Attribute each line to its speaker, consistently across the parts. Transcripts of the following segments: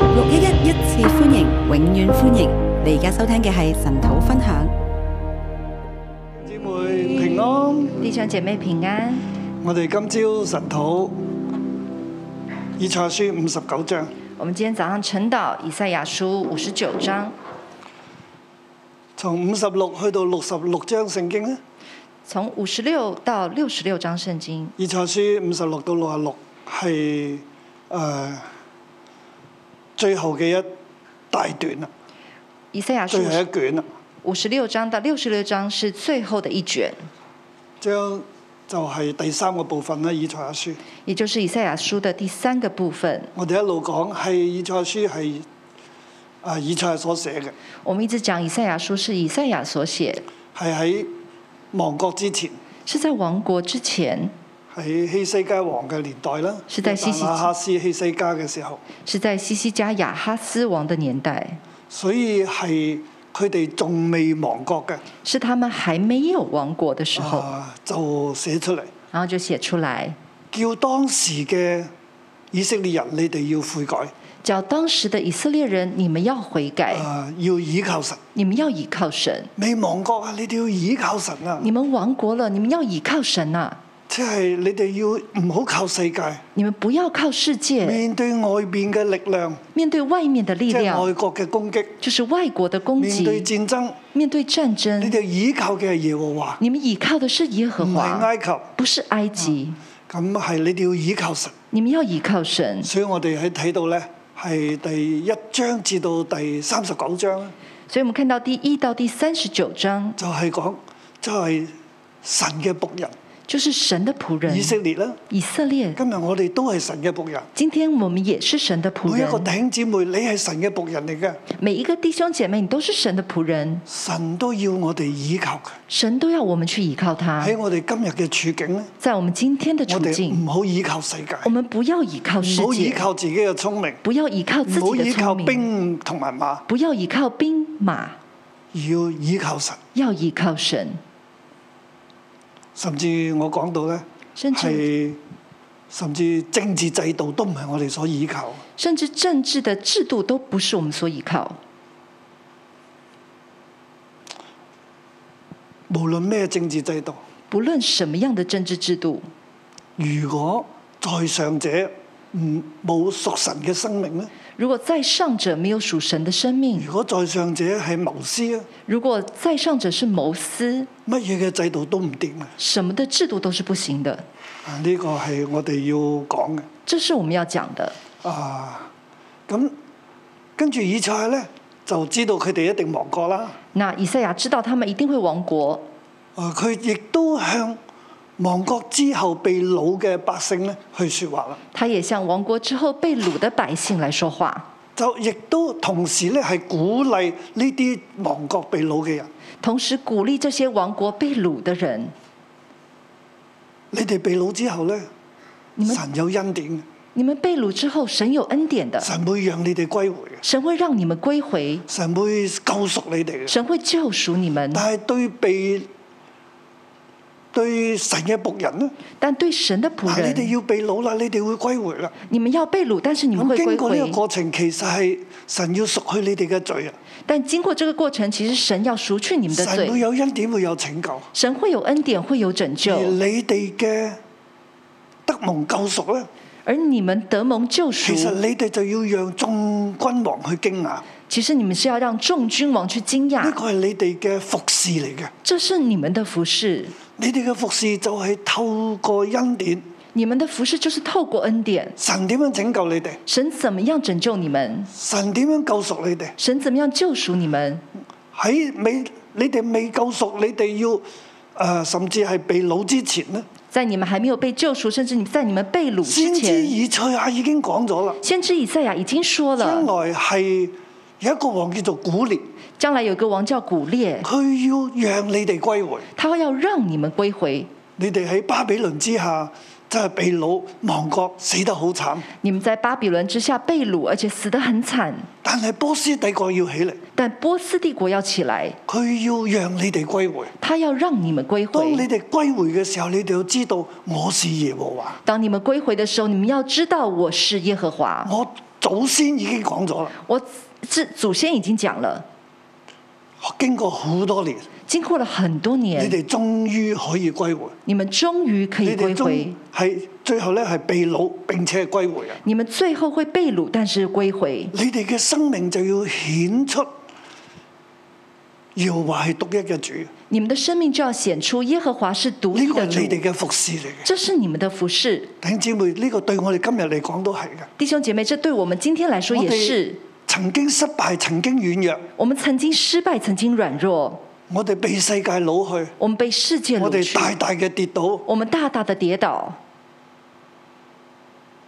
Speaker 1: 六一一一次歡迎，永遠歡迎！你而家收聽嘅係神土分享。
Speaker 2: 姊妹平安，
Speaker 3: 弟兄姐妹平安，
Speaker 2: 我哋今朝神土以賽書五十九章，
Speaker 3: 我們今天早上晨禱以賽亞書五十九章，
Speaker 2: 從五十六去到六十六章聖經咧，
Speaker 3: 從五十六到六十六章聖經。
Speaker 2: 以賽書五十六到六十六係誒最後嘅一大段啦，
Speaker 3: 以賽亞
Speaker 2: 最後
Speaker 3: 書
Speaker 2: 一卷啊啦，
Speaker 3: 五十六章到六十六章是最後的一卷，
Speaker 2: 將就係第三個部分啦。以賽亞書，
Speaker 3: 也就是以賽亞書的第三個部分。
Speaker 2: 我哋一路講係以賽亞書係啊以賽亞所寫嘅，
Speaker 3: 我們一直講以賽亞書是以賽亞所寫，
Speaker 2: 係喺亡國之前。
Speaker 3: 是在亡國之前，
Speaker 2: 喺希西家王嘅年代啦，
Speaker 3: 是在希西
Speaker 2: 亞哈斯希西家嘅時候，
Speaker 3: 是在西西家亞哈斯王的年代，
Speaker 2: 所以係佢哋仲未亡國嘅，
Speaker 3: 是他們還沒有亡國的時候，
Speaker 2: 啊就寫出嚟，
Speaker 3: 然後就寫出來，
Speaker 2: 叫當時嘅以色列人，你哋要悔改，
Speaker 3: 叫當時的以色列人，你們要悔改，
Speaker 2: 啊要倚靠神，
Speaker 3: 你們要倚靠神。
Speaker 2: 未亡國啊，你哋要倚靠神啊，
Speaker 3: 你们亡国了，你们要倚靠神啊！
Speaker 2: 即係你哋要唔好靠世界，
Speaker 3: 你们不要靠世界，
Speaker 2: 面對外邊嘅力量，
Speaker 3: 面對外面的力
Speaker 2: 即係外
Speaker 3: 量，
Speaker 2: 國嘅攻擊，
Speaker 3: 就是外國的攻
Speaker 2: 面對
Speaker 3: 擊，
Speaker 2: 戰爭，
Speaker 3: 面對戰
Speaker 2: 你
Speaker 3: 爭，
Speaker 2: 哋倚靠嘅係耶和華，
Speaker 3: 你們倚靠的是耶和
Speaker 2: 唔係
Speaker 3: 華，
Speaker 2: 埃及，
Speaker 3: 不是埃及。
Speaker 2: 咁係你哋要倚靠神。
Speaker 3: 你們要倚靠神，
Speaker 2: 所以我哋喺睇到咧，係第一章至到第三十九章，
Speaker 3: 所以我們看到第一到第三十九章，
Speaker 2: 就係講就係神嘅仆人
Speaker 3: 就是神的仆人
Speaker 2: 以色列啦。
Speaker 3: 以色列。
Speaker 2: 今日我哋都係神嘅仆人，
Speaker 3: 今天我們也是神的仆
Speaker 2: 每一個
Speaker 3: 人，
Speaker 2: 弟兄姊妹，你係神嘅仆人嚟嘅，
Speaker 3: 每一個弟兄姐妹，你都是神的仆人，
Speaker 2: 神都要我哋倚靠佢。
Speaker 3: 神都要我們去倚靠他。
Speaker 2: 喺我哋今日嘅處境咧，
Speaker 3: 在我們今天的
Speaker 2: 我
Speaker 3: 處
Speaker 2: 哋
Speaker 3: 境，
Speaker 2: 唔好倚靠世界，
Speaker 3: 我們不要倚靠世
Speaker 2: 唔好倚
Speaker 3: 界。
Speaker 2: 靠自己嘅聰明，
Speaker 3: 不要依靠自
Speaker 2: 唔好
Speaker 3: 己的
Speaker 2: 倚靠
Speaker 3: 聰明，
Speaker 2: 兵同埋馬，
Speaker 3: 不要依靠兵馬，
Speaker 2: 要倚靠神。
Speaker 3: 要依靠神。
Speaker 2: 甚至我講到咧，
Speaker 3: 甚至
Speaker 2: 係甚至政治制度都唔係我哋所倚靠。
Speaker 3: 甚至政治的制度都不是我們所依靠。
Speaker 2: 無論咩政治制度，
Speaker 3: 不論什麼樣的政治制度，
Speaker 2: 如果在上者唔冇屬神嘅生命咧，
Speaker 3: 如果在上者沒有屬神的生命，
Speaker 2: 如果在上者係謀私咧，
Speaker 3: 如果在上者是謀私，
Speaker 2: 乜嘢嘅制度都唔掂嘅。
Speaker 3: 什麼的制度都是不行的。
Speaker 2: 啊，呢、個係我哋要講嘅。
Speaker 3: 這是我們要講的。
Speaker 2: 啊，咁跟住以賽咧就知道佢哋一定亡國啦。
Speaker 3: 那以賽亞知道他們一定會亡國，
Speaker 2: 啊，佢亦都向亡國之後被擄嘅百姓咧去説話啦。
Speaker 3: 他也向亡國之後被擄的百姓來說話，
Speaker 2: 就亦都同時咧係鼓勵呢啲亡國被擄嘅人，
Speaker 3: 同時鼓勵這些亡國被擄的人：
Speaker 2: 你哋被擄之後咧，
Speaker 3: 你們
Speaker 2: 神有恩典嘅。
Speaker 3: 你們被擄之後，神有恩典的。
Speaker 2: 神會讓你哋歸回嘅，
Speaker 3: 神會讓你們歸回，
Speaker 2: 神會救贖你哋嘅。
Speaker 3: 神會救贖你們。
Speaker 2: 但係對被對神嘅仆人咧，
Speaker 3: 但對神的僕
Speaker 2: 嗱你哋
Speaker 3: 人，
Speaker 2: 要被擄啦，你哋會歸回啦。
Speaker 3: 你們要被擄，但是你們
Speaker 2: 咁
Speaker 3: 會
Speaker 2: 經過呢
Speaker 3: 歸
Speaker 2: 個
Speaker 3: 回。
Speaker 2: 過程，其實係神要贖去你哋嘅罪啊，
Speaker 3: 但經過這個過程，其實神要贖去你們的
Speaker 2: 神會
Speaker 3: 罪，
Speaker 2: 有恩典，會有拯救。
Speaker 3: 神會有恩典，會有拯
Speaker 2: 而
Speaker 3: 救。
Speaker 2: 你哋嘅得蒙救贖咧，
Speaker 3: 而你們得蒙救
Speaker 2: 其實
Speaker 3: 贖，
Speaker 2: 你哋就要讓眾君王去驚訝，呢
Speaker 3: 其實你們是要讓眾君王去驚訝，
Speaker 2: 個係你哋嘅服侍嚟嘅。
Speaker 3: 這是你們的服侍。
Speaker 2: 你哋嘅服侍就係透過恩典，
Speaker 3: 你們的服侍就是透過恩典，
Speaker 2: 神點樣拯救你哋，
Speaker 3: 神怎麼樣拯救你們，
Speaker 2: 神點樣救贖你哋。
Speaker 3: 神怎麼樣救贖你們。
Speaker 2: 喺未你哋未救贖，你哋要誒、呃甚至係被擄之前咧，
Speaker 3: 在你們還沒有被救贖，甚至你在你們被擄
Speaker 2: 先
Speaker 3: 之
Speaker 2: 知
Speaker 3: 前，
Speaker 2: 以賽亞已經講咗啦。
Speaker 3: 先知以賽亞已經說了
Speaker 2: 將。來係有一個王叫做古列，
Speaker 3: 將來有個王叫古列，
Speaker 2: 佢要讓你哋歸回。
Speaker 3: 他要讓你們歸回。
Speaker 2: 你哋喺巴比倫之下，真係被擄亡國，死得好慘。
Speaker 3: 你們在巴比倫之下被擄，而且死得很慘。
Speaker 2: 但係波斯帝國要起嚟，
Speaker 3: 但波斯帝國要起來，
Speaker 2: 佢要讓你哋歸回。
Speaker 3: 他要讓你們歸
Speaker 2: 當你
Speaker 3: 回。
Speaker 2: 哋歸回嘅時候，你哋要知道我是耶和華，
Speaker 3: 當你們歸回的時候，你們要知道我是耶和華，
Speaker 2: 我祖先已經講咗啦，
Speaker 3: 我这祖先已經講了，
Speaker 2: 經過好多年，
Speaker 3: 經過了很多
Speaker 2: 你
Speaker 3: 年，
Speaker 2: 哋終於可以歸回。
Speaker 3: 你們終於可
Speaker 2: 你
Speaker 3: 以
Speaker 2: 哋
Speaker 3: 歸
Speaker 2: 終
Speaker 3: 回，
Speaker 2: 係最後咧係被擄並且係歸回啊！
Speaker 3: 你們最後會被掳，但是歸回。
Speaker 2: 你哋嘅生命就要顯出耀華係獨一嘅主，呢
Speaker 3: 你們的生命就要顯出耶和華是獨一
Speaker 2: 個
Speaker 3: 的
Speaker 2: 係
Speaker 3: 主
Speaker 2: 你，哋嘅服侍嚟嘅。
Speaker 3: 這是你們的服饰。
Speaker 2: 弟兄姊妹，呢個對我哋今日嚟講都係嘅。
Speaker 3: 弟兄姐妹，這對我們今天來說
Speaker 2: 我
Speaker 3: 也
Speaker 2: 哋
Speaker 3: 是。
Speaker 2: 曾經失敗，曾經軟弱，
Speaker 3: 我們曾經失敗，曾經軟弱，
Speaker 2: 我哋被世界擄去，
Speaker 3: 我們被世界
Speaker 2: 我
Speaker 3: 擄
Speaker 2: 哋
Speaker 3: 去，
Speaker 2: 大大嘅跌倒。
Speaker 3: 我們大大的跌倒。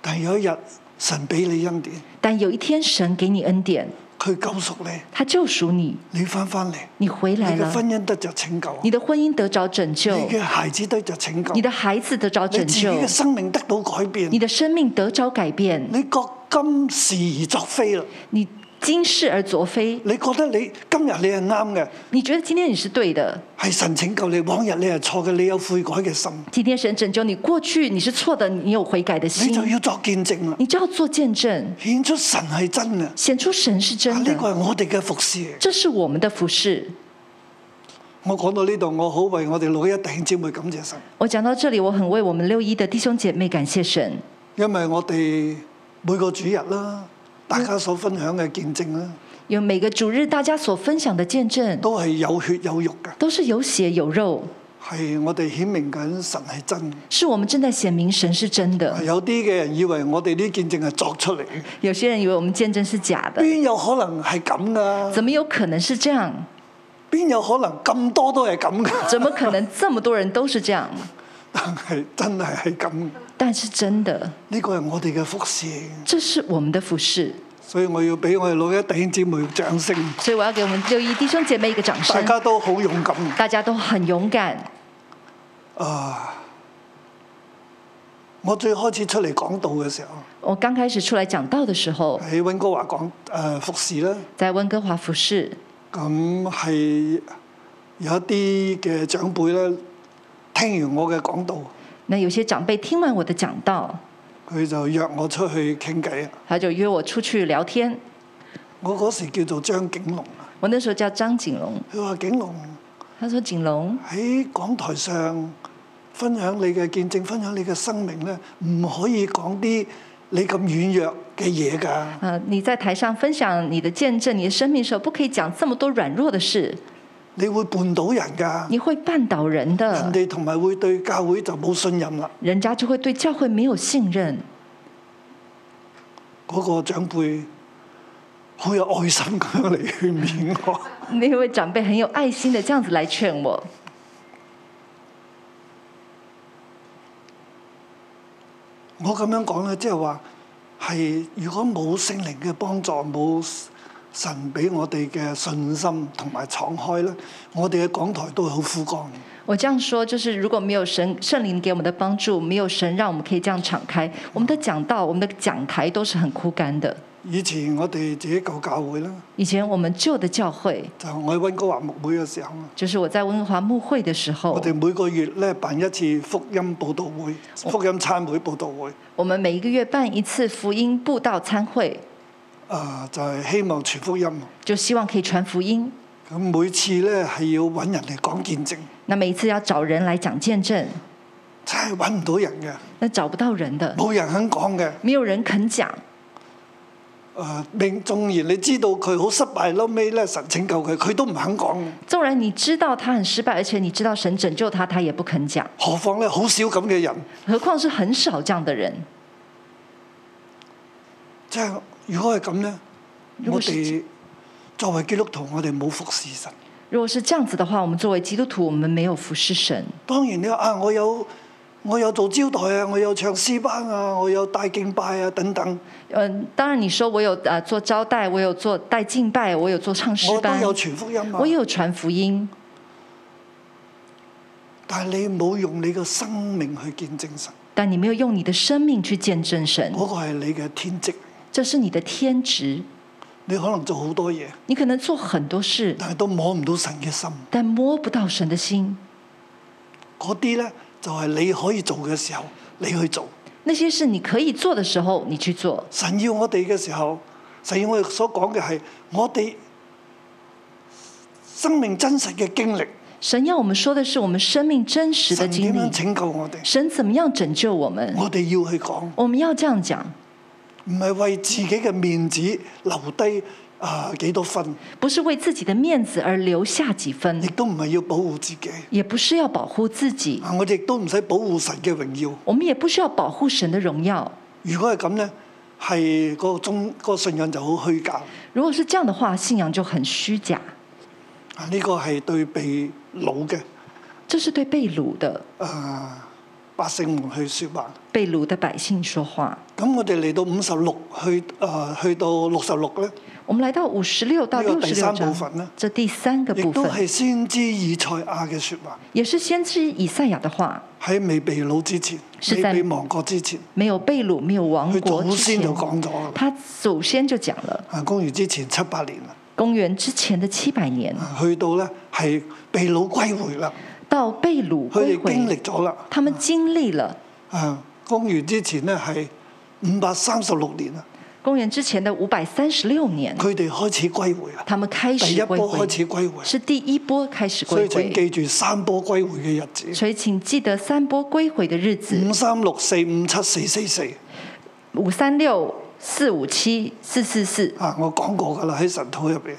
Speaker 2: 但有一日，神俾你恩典，
Speaker 3: 但有一天，神給你恩典，
Speaker 2: 佢救贖你，
Speaker 3: 他救贖你，
Speaker 2: 你翻返嚟，
Speaker 3: 你回
Speaker 2: 你
Speaker 3: 來
Speaker 2: 嘅
Speaker 3: 了，
Speaker 2: 婚姻得着拯救，
Speaker 3: 你的婚姻得着拯
Speaker 2: 你
Speaker 3: 救，
Speaker 2: 嘅孩子得着拯救，
Speaker 3: 你
Speaker 2: 你
Speaker 3: 的孩子得着
Speaker 2: 自
Speaker 3: 拯
Speaker 2: 己
Speaker 3: 救，
Speaker 2: 嘅生命得到改變
Speaker 3: 你。的生命得着改變。
Speaker 2: 你覺今是而作非啦，
Speaker 3: 你今世而昨非，
Speaker 2: 你覺得你今日你係啱嘅，
Speaker 3: 你覺得今天你是對的，
Speaker 2: 係神拯救你；往日你係錯嘅，你有悔改嘅心，
Speaker 3: 今天神拯救你，過去你是錯的，你有悔改的
Speaker 2: 你
Speaker 3: 心
Speaker 2: 就，要作見證啦，
Speaker 3: 你就要做見證，
Speaker 2: 顯出神係真嘅。
Speaker 3: 顯出神是
Speaker 2: 啊
Speaker 3: 真
Speaker 2: 呢個
Speaker 3: 的。
Speaker 2: 係我哋嘅服侍嚟。
Speaker 3: 這是我們的服飾。
Speaker 2: 我講到呢度，我好為我哋老一弟兄姊妹感謝神，
Speaker 3: 我講到這裡，我很為我們六一的弟兄姐妹感謝神，
Speaker 2: 因為我哋每個主日啦，大家所分享嘅見證啦，
Speaker 3: 因為每個主日大家所分享的見證，
Speaker 2: 都係有血有肉嘅，
Speaker 3: 都是有血有肉，
Speaker 2: 係我哋顯明緊神係真嘅。
Speaker 3: 是我們正在顯明神是真的。
Speaker 2: 有啲嘅人以為我哋啲見證係作出嚟嘅，
Speaker 3: 有些人以為我們見證是假的，
Speaker 2: 邊有可能係咁㗎？
Speaker 3: 怎麼有可能是這樣？
Speaker 2: 邊有可能咁多都係咁㗎？
Speaker 3: 怎麼可能這麼多人都是這樣？
Speaker 2: 但係真係係咁，
Speaker 3: 但是真的，
Speaker 2: 呢個係我哋嘅福氣，
Speaker 3: 這是我們的服飾。
Speaker 2: 所以我要俾我哋老一弟兄姊妹掌聲，
Speaker 3: 所以我要給我們六一弟兄姐妹一個掌
Speaker 2: 大
Speaker 3: 聲，
Speaker 2: 家都好勇敢
Speaker 3: 大家都很勇敢。
Speaker 2: 啊！我最開始出嚟講道嘅時候，
Speaker 3: 我剛開始出來講道的時候，
Speaker 2: 喺温哥華講誒、呃服侍啦，
Speaker 3: 在溫哥華服飾，
Speaker 2: 咁係有一啲嘅長輩咧，聽完我嘅講道，
Speaker 3: 那有些長輩聽完我的講道，
Speaker 2: 佢就約我出去傾偈啊！
Speaker 3: 他就約我出去聊天。
Speaker 2: 我嗰時叫做張景龍啊，
Speaker 3: 我那時候叫張景龍，
Speaker 2: 佢話景龍。
Speaker 3: 他說：“景龍，
Speaker 2: 喺講台上分享你嘅見證，分享你嘅生命咧，唔可以講啲你咁軟弱嘅嘢㗎。
Speaker 3: 呃，你在台上分享你的見證、你的生命的時候，不可以講這麼多軟弱的事，
Speaker 2: 你會絆倒人㗎，
Speaker 3: 你會絆倒人
Speaker 2: 人
Speaker 3: 的，
Speaker 2: 哋同埋會對教會就冇信任啦。
Speaker 3: 人家就會對教會沒有信任。”
Speaker 2: 嗰、個長輩好有愛心咁樣嚟勸勉我，
Speaker 3: 那位長輩很有愛心的這樣子來勸我，
Speaker 2: 我咁樣講咧，即係話係如果冇聖靈嘅幫助，冇神俾我哋嘅信心同埋敞開咧，我哋嘅講台都係好枯乾嘅。
Speaker 3: 我這樣說，就是如果沒有神聖靈給我們的幫助，沒有神讓我們可以這樣敞開，我們的講道、我們的講台都是很枯乾的。
Speaker 2: 以前我哋自己舊教會啦。
Speaker 3: 以前我們舊的教會，
Speaker 2: 就我喺温哥華牧會嘅時候，
Speaker 3: 就是我在溫哥華牧會的時候
Speaker 2: 我，哋每個月咧辦一次福音佈道會、福音餐會佈道會，
Speaker 3: 我們每一個月辦一次福音布道餐會，
Speaker 2: 啊、就係、希望傳福音。
Speaker 3: 就希望可以傳福音。
Speaker 2: 咁每次咧係要揾人嚟講見證，
Speaker 3: 那每一次要找人來講見證，
Speaker 2: 真係揾唔到人嘅，
Speaker 3: 那找不到人的，
Speaker 2: 冇人肯講嘅。
Speaker 3: 沒有人肯講。
Speaker 2: 誒、呃命縱然你知道佢好失敗，後尾咧神拯救佢，佢都唔肯講。
Speaker 3: 縱然你知道他很失敗，而且你知道神拯救他，他也不肯講。
Speaker 2: 何況咧好少咁嘅人，
Speaker 3: 何況是很少這樣的人。
Speaker 2: 即係如果係咁咧，
Speaker 3: 如
Speaker 2: 我
Speaker 3: 果是
Speaker 2: 哋作為基督徒，我哋冇服侍神。
Speaker 3: 如果是這樣子的話，我們作為基督徒，我們沒有服侍神。
Speaker 2: 當然你話啊，我有我有做招待啊，我有唱詩班啊，我有帶敬拜啊等等，
Speaker 3: 嗯，當然你說我有呃做招待，我有做帶敬拜，我有做唱詩
Speaker 2: 我都
Speaker 3: 班，
Speaker 2: 有傳福音啊
Speaker 3: 我。也有傳福音，
Speaker 2: 但係你冇用你個生命去見證神，
Speaker 3: 但你沒有用你的生命去見證神
Speaker 2: 嗰、，個係你嘅天職。
Speaker 3: 這是你的天職。
Speaker 2: 你可能做好多嘢，
Speaker 3: 你可能做很多事，
Speaker 2: 但係都摸唔到神嘅心。
Speaker 3: 但摸不到神的心。
Speaker 2: 嗰啲呢，就係、你可以做嘅時候，你去做。
Speaker 3: 那些事你可以做的时候，你去做。
Speaker 2: 神要我哋嘅時候，神要我哋所講嘅係我哋生命真實嘅經歷，
Speaker 3: 神要我們說的是我們生命真實的
Speaker 2: 神
Speaker 3: 經
Speaker 2: 點樣
Speaker 3: 歷。
Speaker 2: 拯救我哋，
Speaker 3: 神怎麼樣拯救我們？
Speaker 2: 我哋要去講，
Speaker 3: 我們要這樣講，
Speaker 2: 唔係為自己嘅面子留低啊、幾多分，
Speaker 3: 不是為自己的面子而留下幾分
Speaker 2: 亦，都唔係要保護自己。
Speaker 3: 也不是要保護自己，
Speaker 2: 啊！我哋亦都唔使保護神嘅榮耀。
Speaker 3: 我們也不需要保護神的榮耀。
Speaker 2: 如果係咁呢，係個宗、個信仰就好虛假。
Speaker 3: 如果是這樣的話，信仰就很虛假。
Speaker 2: 啊！呢、個係對被擄嘅
Speaker 3: 這是對被擄的
Speaker 2: 啊百姓們去説話。
Speaker 3: 被擄的百姓說話。
Speaker 2: 咁我哋嚟到五十六去啊、去到六十六咧，
Speaker 3: 我們來到五十六到
Speaker 2: 呢個
Speaker 3: 六十
Speaker 2: 第
Speaker 3: 六
Speaker 2: 三
Speaker 3: 章，
Speaker 2: 部分呢
Speaker 3: 這第三個
Speaker 2: 亦
Speaker 3: 部
Speaker 2: 都
Speaker 3: 分
Speaker 2: 係先知以賽亞嘅説話，
Speaker 3: 也是先知以賽亞的話，
Speaker 2: 喺未被擄之前，
Speaker 3: 是
Speaker 2: 未
Speaker 3: 在
Speaker 2: 被亡國之前，
Speaker 3: 沒有被擄，沒有亡
Speaker 2: 佢
Speaker 3: 國
Speaker 2: 祖
Speaker 3: 之
Speaker 2: 先
Speaker 3: 前，
Speaker 2: 就講咗啦。
Speaker 3: 他首先就講了。
Speaker 2: 啊，公元之前七百年啦，
Speaker 3: 公元之前的七百年，
Speaker 2: 啊去到咧係被擄歸回啦，
Speaker 3: 到被擄
Speaker 2: 佢
Speaker 3: 歸
Speaker 2: 哋經
Speaker 3: 回，
Speaker 2: 歷咗啦。
Speaker 3: 他們經歷了
Speaker 2: 啊，公元之前咧係五百三十六年啦，
Speaker 3: 公元之前的五百三十六年，
Speaker 2: 佢哋開始歸回啦，
Speaker 3: 他們開
Speaker 2: 第
Speaker 3: 始
Speaker 2: 一
Speaker 3: 歸
Speaker 2: 波開
Speaker 3: 回，
Speaker 2: 始歸回，啊
Speaker 3: 是第一波開始
Speaker 2: 所以
Speaker 3: 歸
Speaker 2: 請
Speaker 3: 回。
Speaker 2: 記住三波歸回嘅日子。
Speaker 3: 所以請記得三波歸回的日子：
Speaker 2: 五三六四五七四四四
Speaker 3: 五三六、四五七、四四四。
Speaker 2: 啊！我講過㗎啦，喺神土入邊，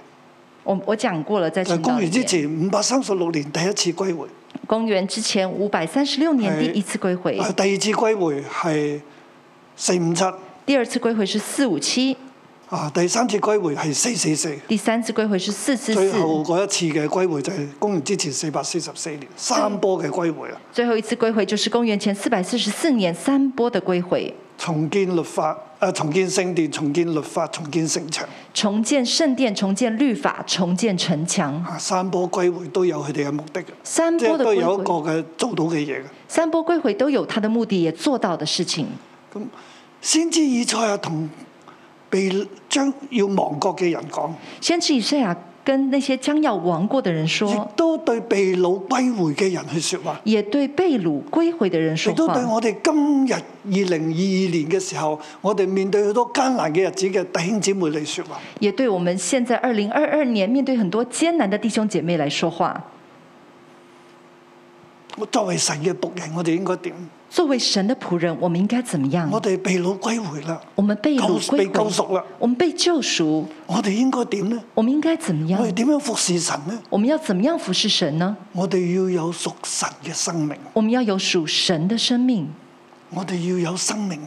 Speaker 3: 我我講過了，在
Speaker 2: 就係
Speaker 3: 晨
Speaker 2: 公
Speaker 3: 禱
Speaker 2: 元
Speaker 3: 裡
Speaker 2: 之
Speaker 3: 面。
Speaker 2: 前五百三十六年第一次歸回，
Speaker 3: 公元之前五百三十六年
Speaker 2: 哎
Speaker 3: 第一次歸回，
Speaker 2: 啊第二次歸回係四五七
Speaker 3: 第二次歸回是四五七，
Speaker 2: 啊，第三次歸回係四四四，
Speaker 3: 第三次歸回是四四
Speaker 2: 最
Speaker 3: 四，
Speaker 2: 後嗰一次嘅歸回就係公元之前四百四十四年三波嘅歸回啦，
Speaker 3: 最後一次歸回就是公元前四百四十四年三波的歸回。
Speaker 2: 重建律法啊，重建聖殿，重建律法，重建城牆
Speaker 3: 重建圣殿、重建律法、重建城墙，
Speaker 2: 啊，三波歸回都有佢哋嘅目的嘅，
Speaker 3: 三
Speaker 2: 即
Speaker 3: 波
Speaker 2: 係
Speaker 3: 的
Speaker 2: 都
Speaker 3: 歸
Speaker 2: 有一個
Speaker 3: 回，
Speaker 2: 嘅做到嘅嘢嘅。
Speaker 3: 三波歸回都有他的目的，也做到的事情。
Speaker 2: 咁先知以賽亞同被將要亡國嘅人講，
Speaker 3: 先知以赛亚跟那些将要亡国的人
Speaker 2: 亦
Speaker 3: 说，
Speaker 2: 都對被擄歸回嘅人去説話，
Speaker 3: 也对被掳歸回的人
Speaker 2: 亦
Speaker 3: 说
Speaker 2: 都對
Speaker 3: 话，
Speaker 2: 我哋今日二零二二年嘅時候，我哋面對好多艱難嘅日子嘅弟兄姊妹嚟説話。
Speaker 3: 也对我们现在二零二二年面对很多艰难的弟兄姐妹来说话。
Speaker 2: 我作為神嘅仆人，我哋應該點？
Speaker 3: 作为神的仆人，我们应该怎么样？
Speaker 2: 我哋被擄歸回啦，
Speaker 3: 我们嗯被
Speaker 2: 救
Speaker 3: 掳
Speaker 2: 被
Speaker 3: 歸
Speaker 2: 救
Speaker 3: 回，
Speaker 2: 贖啦，
Speaker 3: 我们被救赎，
Speaker 2: 我哋應該點呢？
Speaker 3: 我们应该怎么样
Speaker 2: 我？哋點樣服侍神呢？
Speaker 3: 我们要怎么样服侍神呢？
Speaker 2: 我哋要有屬神嘅生命，
Speaker 3: 我们要有属神的生命，
Speaker 2: 我哋要有生命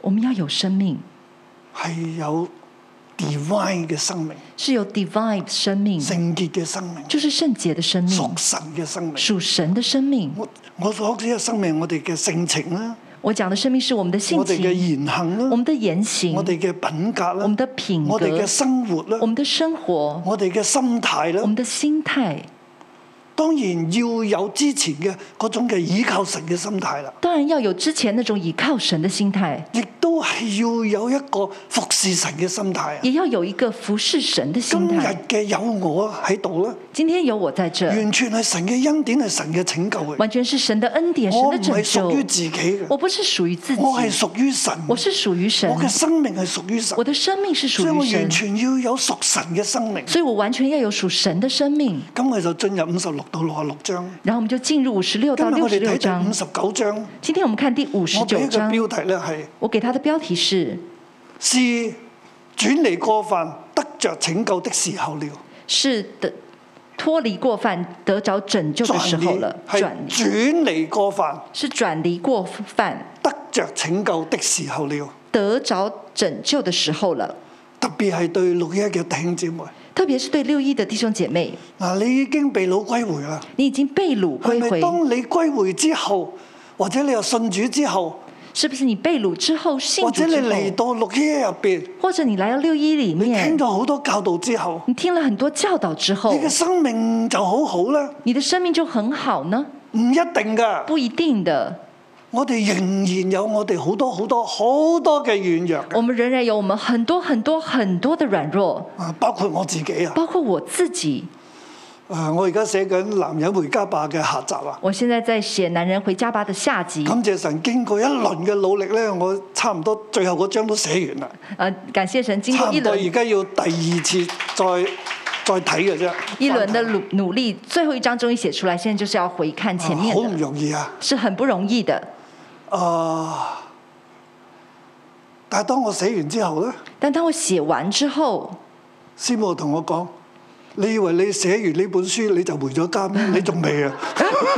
Speaker 3: 我们要有生命。
Speaker 2: 係有 divine 嘅生命。
Speaker 3: 是有 divine 生命，
Speaker 2: 聖潔嘅生命，
Speaker 3: 就是圣洁的生
Speaker 2: 屬
Speaker 3: 命，
Speaker 2: 神嘅生命。
Speaker 3: 属神的生命。
Speaker 2: 我我所指嘅生命，我哋嘅性情啦，
Speaker 3: 我讲的生命是我们的性
Speaker 2: 我哋嘅
Speaker 3: 情、
Speaker 2: 言行
Speaker 3: 我
Speaker 2: 啦，
Speaker 3: 们的言行、
Speaker 2: 我哋嘅品格
Speaker 3: 我们
Speaker 2: 啦，
Speaker 3: 的品
Speaker 2: 我哋嘅
Speaker 3: 格、
Speaker 2: 生活
Speaker 3: 我
Speaker 2: 啦，
Speaker 3: 们的生活、
Speaker 2: 我哋嘅心態
Speaker 3: 我们
Speaker 2: 啦。
Speaker 3: 的心态。
Speaker 2: 當然要有之前嘅嗰種嘅倚靠神嘅心態啦，
Speaker 3: 当然要有之前那种倚靠神的心态，
Speaker 2: 亦都係要有一個服侍神嘅心態啊。
Speaker 3: 也要有一个服侍神的
Speaker 2: 今
Speaker 3: 心
Speaker 2: 日
Speaker 3: 态。
Speaker 2: 嘅有我喺度啦，
Speaker 3: 今天有我在这，
Speaker 2: 完全係神嘅恩典，係神嘅拯救嘅。
Speaker 3: 完全是神的恩典、神
Speaker 2: 我
Speaker 3: 的
Speaker 2: 唔
Speaker 3: 拯
Speaker 2: 係屬於
Speaker 3: 救。
Speaker 2: 自己嘅，
Speaker 3: 我不是属于自己，
Speaker 2: 我係屬於神，
Speaker 3: 我
Speaker 2: 我
Speaker 3: 是属于神，
Speaker 2: 嘅生命係屬於神
Speaker 3: 我。的生命是属
Speaker 2: 所以我
Speaker 3: 于神
Speaker 2: 完，全要有屬神嘅生命。
Speaker 3: 所以我完全要有属神的生命。
Speaker 2: 咁我就進入五十六到六十六章。
Speaker 3: 然后我们就进入五十六
Speaker 2: 今
Speaker 3: 到
Speaker 2: 日
Speaker 3: 六
Speaker 2: 我
Speaker 3: 十
Speaker 2: 哋
Speaker 3: 六
Speaker 2: 睇
Speaker 3: 章
Speaker 2: 第五。十九章，
Speaker 3: 今天我们看第五十
Speaker 2: 嗯我俾
Speaker 3: 九
Speaker 2: 一個
Speaker 3: 章，
Speaker 2: 標題咧係
Speaker 3: 我給它的標題是
Speaker 2: 是轉離過犯得着拯救的時候了。
Speaker 3: “是的，脱離過犯得着拯救的時
Speaker 2: 轉
Speaker 3: 候
Speaker 2: 離
Speaker 3: 了”，
Speaker 2: 係
Speaker 3: 轉離
Speaker 2: 轉離過犯
Speaker 3: 是轉離過犯
Speaker 2: 得着拯救的時候了。
Speaker 3: 得着拯救的時候了。
Speaker 2: 特別係對六一嘅弟兄姊妹，
Speaker 3: 特別是對六一的弟兄姐妹，
Speaker 2: 嗱你已經被擄歸回啦，
Speaker 3: 你已經被擄
Speaker 2: 係
Speaker 3: 歸
Speaker 2: 咪？
Speaker 3: 回，
Speaker 2: 當你歸回之後，或者你又信主之後，
Speaker 3: 是不是？你被擄之後信
Speaker 2: 或
Speaker 3: 主
Speaker 2: 者
Speaker 3: 之
Speaker 2: 你嚟
Speaker 3: 後，
Speaker 2: 到六一入邊，
Speaker 3: 或者你來到六一裡
Speaker 2: 你聽
Speaker 3: 面，
Speaker 2: 咗好多教導之後。
Speaker 3: 你聽了很多教導之後
Speaker 2: 你，嘅生命就好好啦，
Speaker 3: 你的生命就很好呢？
Speaker 2: 唔一定噶。
Speaker 3: 不一定的，
Speaker 2: 我哋仍然有我哋好多好多好多嘅軟弱嘅
Speaker 3: 我們仍然有我們很多很多很多的軟弱，
Speaker 2: 啊包括我自己啊。
Speaker 3: 包括我自己。
Speaker 2: 誒，我而家寫緊《男人回家吧》嘅下集啊！
Speaker 3: 我现在在寫《男人回家吧》的下集，
Speaker 2: 感謝神，經過一輪嘅努力咧，我差唔多最後嗰章都寫完啦，
Speaker 3: 呃，感謝神，經
Speaker 2: 差
Speaker 3: 過
Speaker 2: 唔
Speaker 3: 一
Speaker 2: 多而
Speaker 3: 輪
Speaker 2: 家要第二次再再睇嘅啫。
Speaker 3: 一輪的努努力，最後一章終於寫出來，現在就是要回看前面
Speaker 2: 啊好唔
Speaker 3: 的，
Speaker 2: 容易啊！
Speaker 3: 是很不容易的。
Speaker 2: 啊！但係當我寫完之後咧，
Speaker 3: 但當我寫完之後，
Speaker 2: 師母同我講：你以為你寫完呢本書你就回咗家咩？你仲未啊？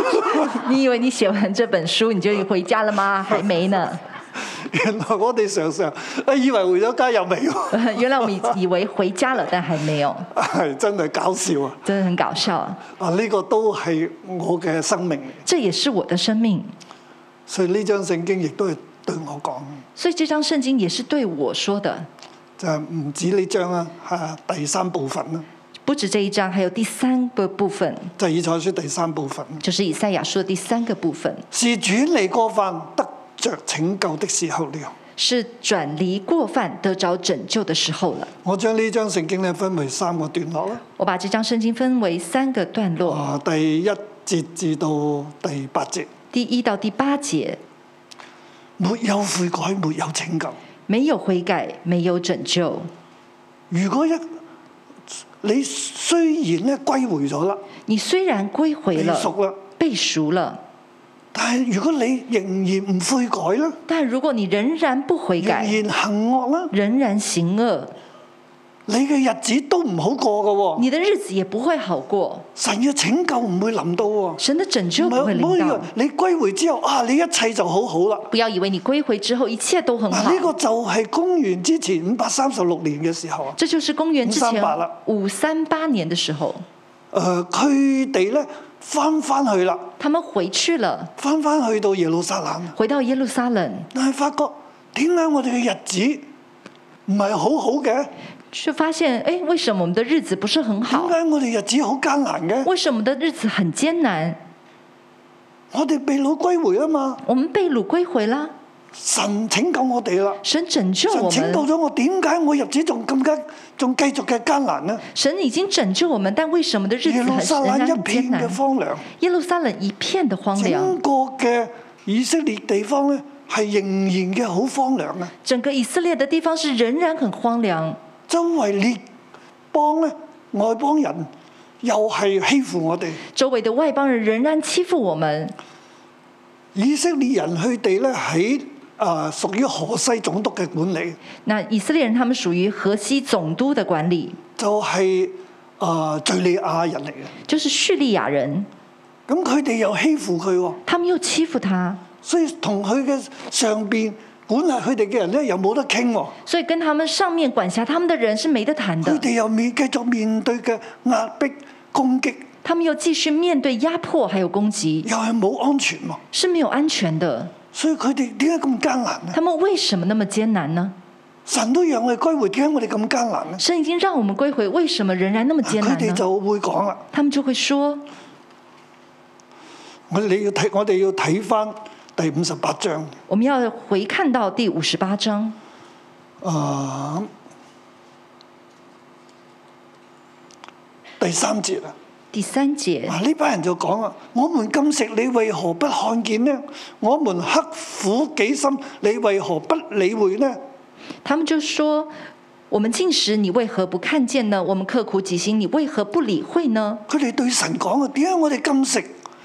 Speaker 3: 你以為你寫完這本書你就回家了嗎？還沒呢。
Speaker 2: 原來我哋常常啊以為回咗家又未喎，
Speaker 3: 原來我們以為回家了，但還沒有，
Speaker 2: 係真係搞笑啊！
Speaker 3: 真的很搞笑啊！
Speaker 2: 啊，呢、個都係我嘅生命嚟，
Speaker 3: 這也是我的生命，
Speaker 2: 所以呢張聖經亦都係對我講嘅，
Speaker 3: 所以這張聖經也是對我說的，
Speaker 2: 就係、唔止呢張啦，嚇、第三部分啦，
Speaker 3: 不止這一章，還有第三個部分，
Speaker 2: 就係以賽書第三部分。啊
Speaker 3: 就是以賽亞書的第三個部分，
Speaker 2: 是主嚟過犯得着拯救的時候了。
Speaker 3: 是轉離過犯得着拯救的時候了。
Speaker 2: 我將呢張聖經咧分為三個段落啦，
Speaker 3: 我把這章聖經分為三個段落，
Speaker 2: 啊，第一節至到第八節，
Speaker 3: 第一到第八節，
Speaker 2: 沒有悔改，沒有拯救。
Speaker 3: 沒有悔改，沒有拯救。
Speaker 2: 如果一你雖然咧歸回咗啦，
Speaker 3: 你雖然歸回
Speaker 2: 哎你
Speaker 3: 了，
Speaker 2: 熟啦，
Speaker 3: 被贖了，
Speaker 2: 但係如果你仍然唔悔改啦，
Speaker 3: 但如果你仍然不悔
Speaker 2: 仍
Speaker 3: 改，
Speaker 2: 然行惡啦，
Speaker 3: 仍然行惡，
Speaker 2: 你嘅日子都唔好過噶喎。
Speaker 3: 你的日子也不會好過，
Speaker 2: 神嘅拯救唔會臨到喎。
Speaker 3: 神的拯
Speaker 2: 唔
Speaker 3: 救不
Speaker 2: 好
Speaker 3: 會
Speaker 2: 唔好
Speaker 3: 臨
Speaker 2: 以為
Speaker 3: 到。
Speaker 2: 你歸回之後啊，你一切就好好啦。
Speaker 3: 不要以為你歸回之後一切都很好
Speaker 2: 嗱，，呢個就係公元之前五百三十六年嘅時候啊。
Speaker 3: 這就是公元之前
Speaker 2: 538了
Speaker 3: 五三八年的時候，
Speaker 2: 誒、呃佢哋咧翻翻去啦，
Speaker 3: 他們回去了，
Speaker 2: 翻翻去到耶路撒冷，啊
Speaker 3: 回到耶路撒冷，
Speaker 2: 但係發覺點解我哋嘅日子唔係好好嘅？
Speaker 3: 卻發現，哎，為什麼我們的日子不是很
Speaker 2: 點
Speaker 3: 好？
Speaker 2: 解我哋日子好艱難嘅？
Speaker 3: 為什麼我們的日子很艱難？
Speaker 2: 我哋被擄歸回啊嘛，
Speaker 3: 我們被擄歸回啦，
Speaker 2: 神拯救我哋啦，
Speaker 3: 神拯救
Speaker 2: 神
Speaker 3: 啊我
Speaker 2: 拯救
Speaker 3: 們，
Speaker 2: 咗我，點解我日子仲咁加仲繼續嘅艱難呢？
Speaker 3: 神已經拯救我們，但為什麼我們的日
Speaker 2: 耶
Speaker 3: 子
Speaker 2: 路撒
Speaker 3: 很仍
Speaker 2: 冷
Speaker 3: 然
Speaker 2: 一
Speaker 3: 很
Speaker 2: 片
Speaker 3: 艱
Speaker 2: 嘅
Speaker 3: 難？
Speaker 2: 荒涼，
Speaker 3: 耶路撒冷一片的荒涼
Speaker 2: 整，個嘅以色列地方咧係仍然嘅好荒涼啊！
Speaker 3: 整個以色列的地方是仍然很荒涼，
Speaker 2: 周圍列邦咧，外邦人又係欺負我哋。
Speaker 3: 周圍的外邦人仍然欺負我們。
Speaker 2: 以色列人佢哋咧喺啊屬於河西總督嘅管理，
Speaker 3: 那以色列人他們屬於河西總督的管理，
Speaker 2: 就係、啊敍利亞人嚟嘅。
Speaker 3: 就是敘利亞人，
Speaker 2: 咁佢哋又欺負佢喎，
Speaker 3: 他們又欺負他，
Speaker 2: 所以同佢嘅上邊管轄佢哋嘅人咧又冇得傾喎。
Speaker 3: 所以跟他們上面管轄他們的人是沒得談的。
Speaker 2: 佢哋又面繼續面對嘅壓迫攻擊，
Speaker 3: 他們又繼續面對壓迫還有攻擊，
Speaker 2: 又係冇安全喎。
Speaker 3: 是沒有安全的。
Speaker 2: 所以佢哋點解咁艱難呢？
Speaker 3: 他們為什麼那麼艱難呢？
Speaker 2: 神都讓我哋歸回，點解我哋咁艱難呢？
Speaker 3: 神已經讓我們歸回，為什麼仍然那麼艱
Speaker 2: 佢
Speaker 3: 難啊
Speaker 2: 哋
Speaker 3: 呢？
Speaker 2: 就會講啦。
Speaker 3: 他們就會說，
Speaker 2: 我你要睇，我哋要睇翻第五十八章。
Speaker 3: 我們要回看到第五十八章，
Speaker 2: 啊、第三節啊，
Speaker 3: 第三節。
Speaker 2: 嗱呢班人就講啊，我們禁食，你為何不看見呢？我們刻苦己心，你為何不理會呢？
Speaker 3: 他們就說：“我們进食，你为何不看见呢？我们刻苦己心，你为何不理会呢
Speaker 2: 佢哋對神講啊，點解我哋禁食，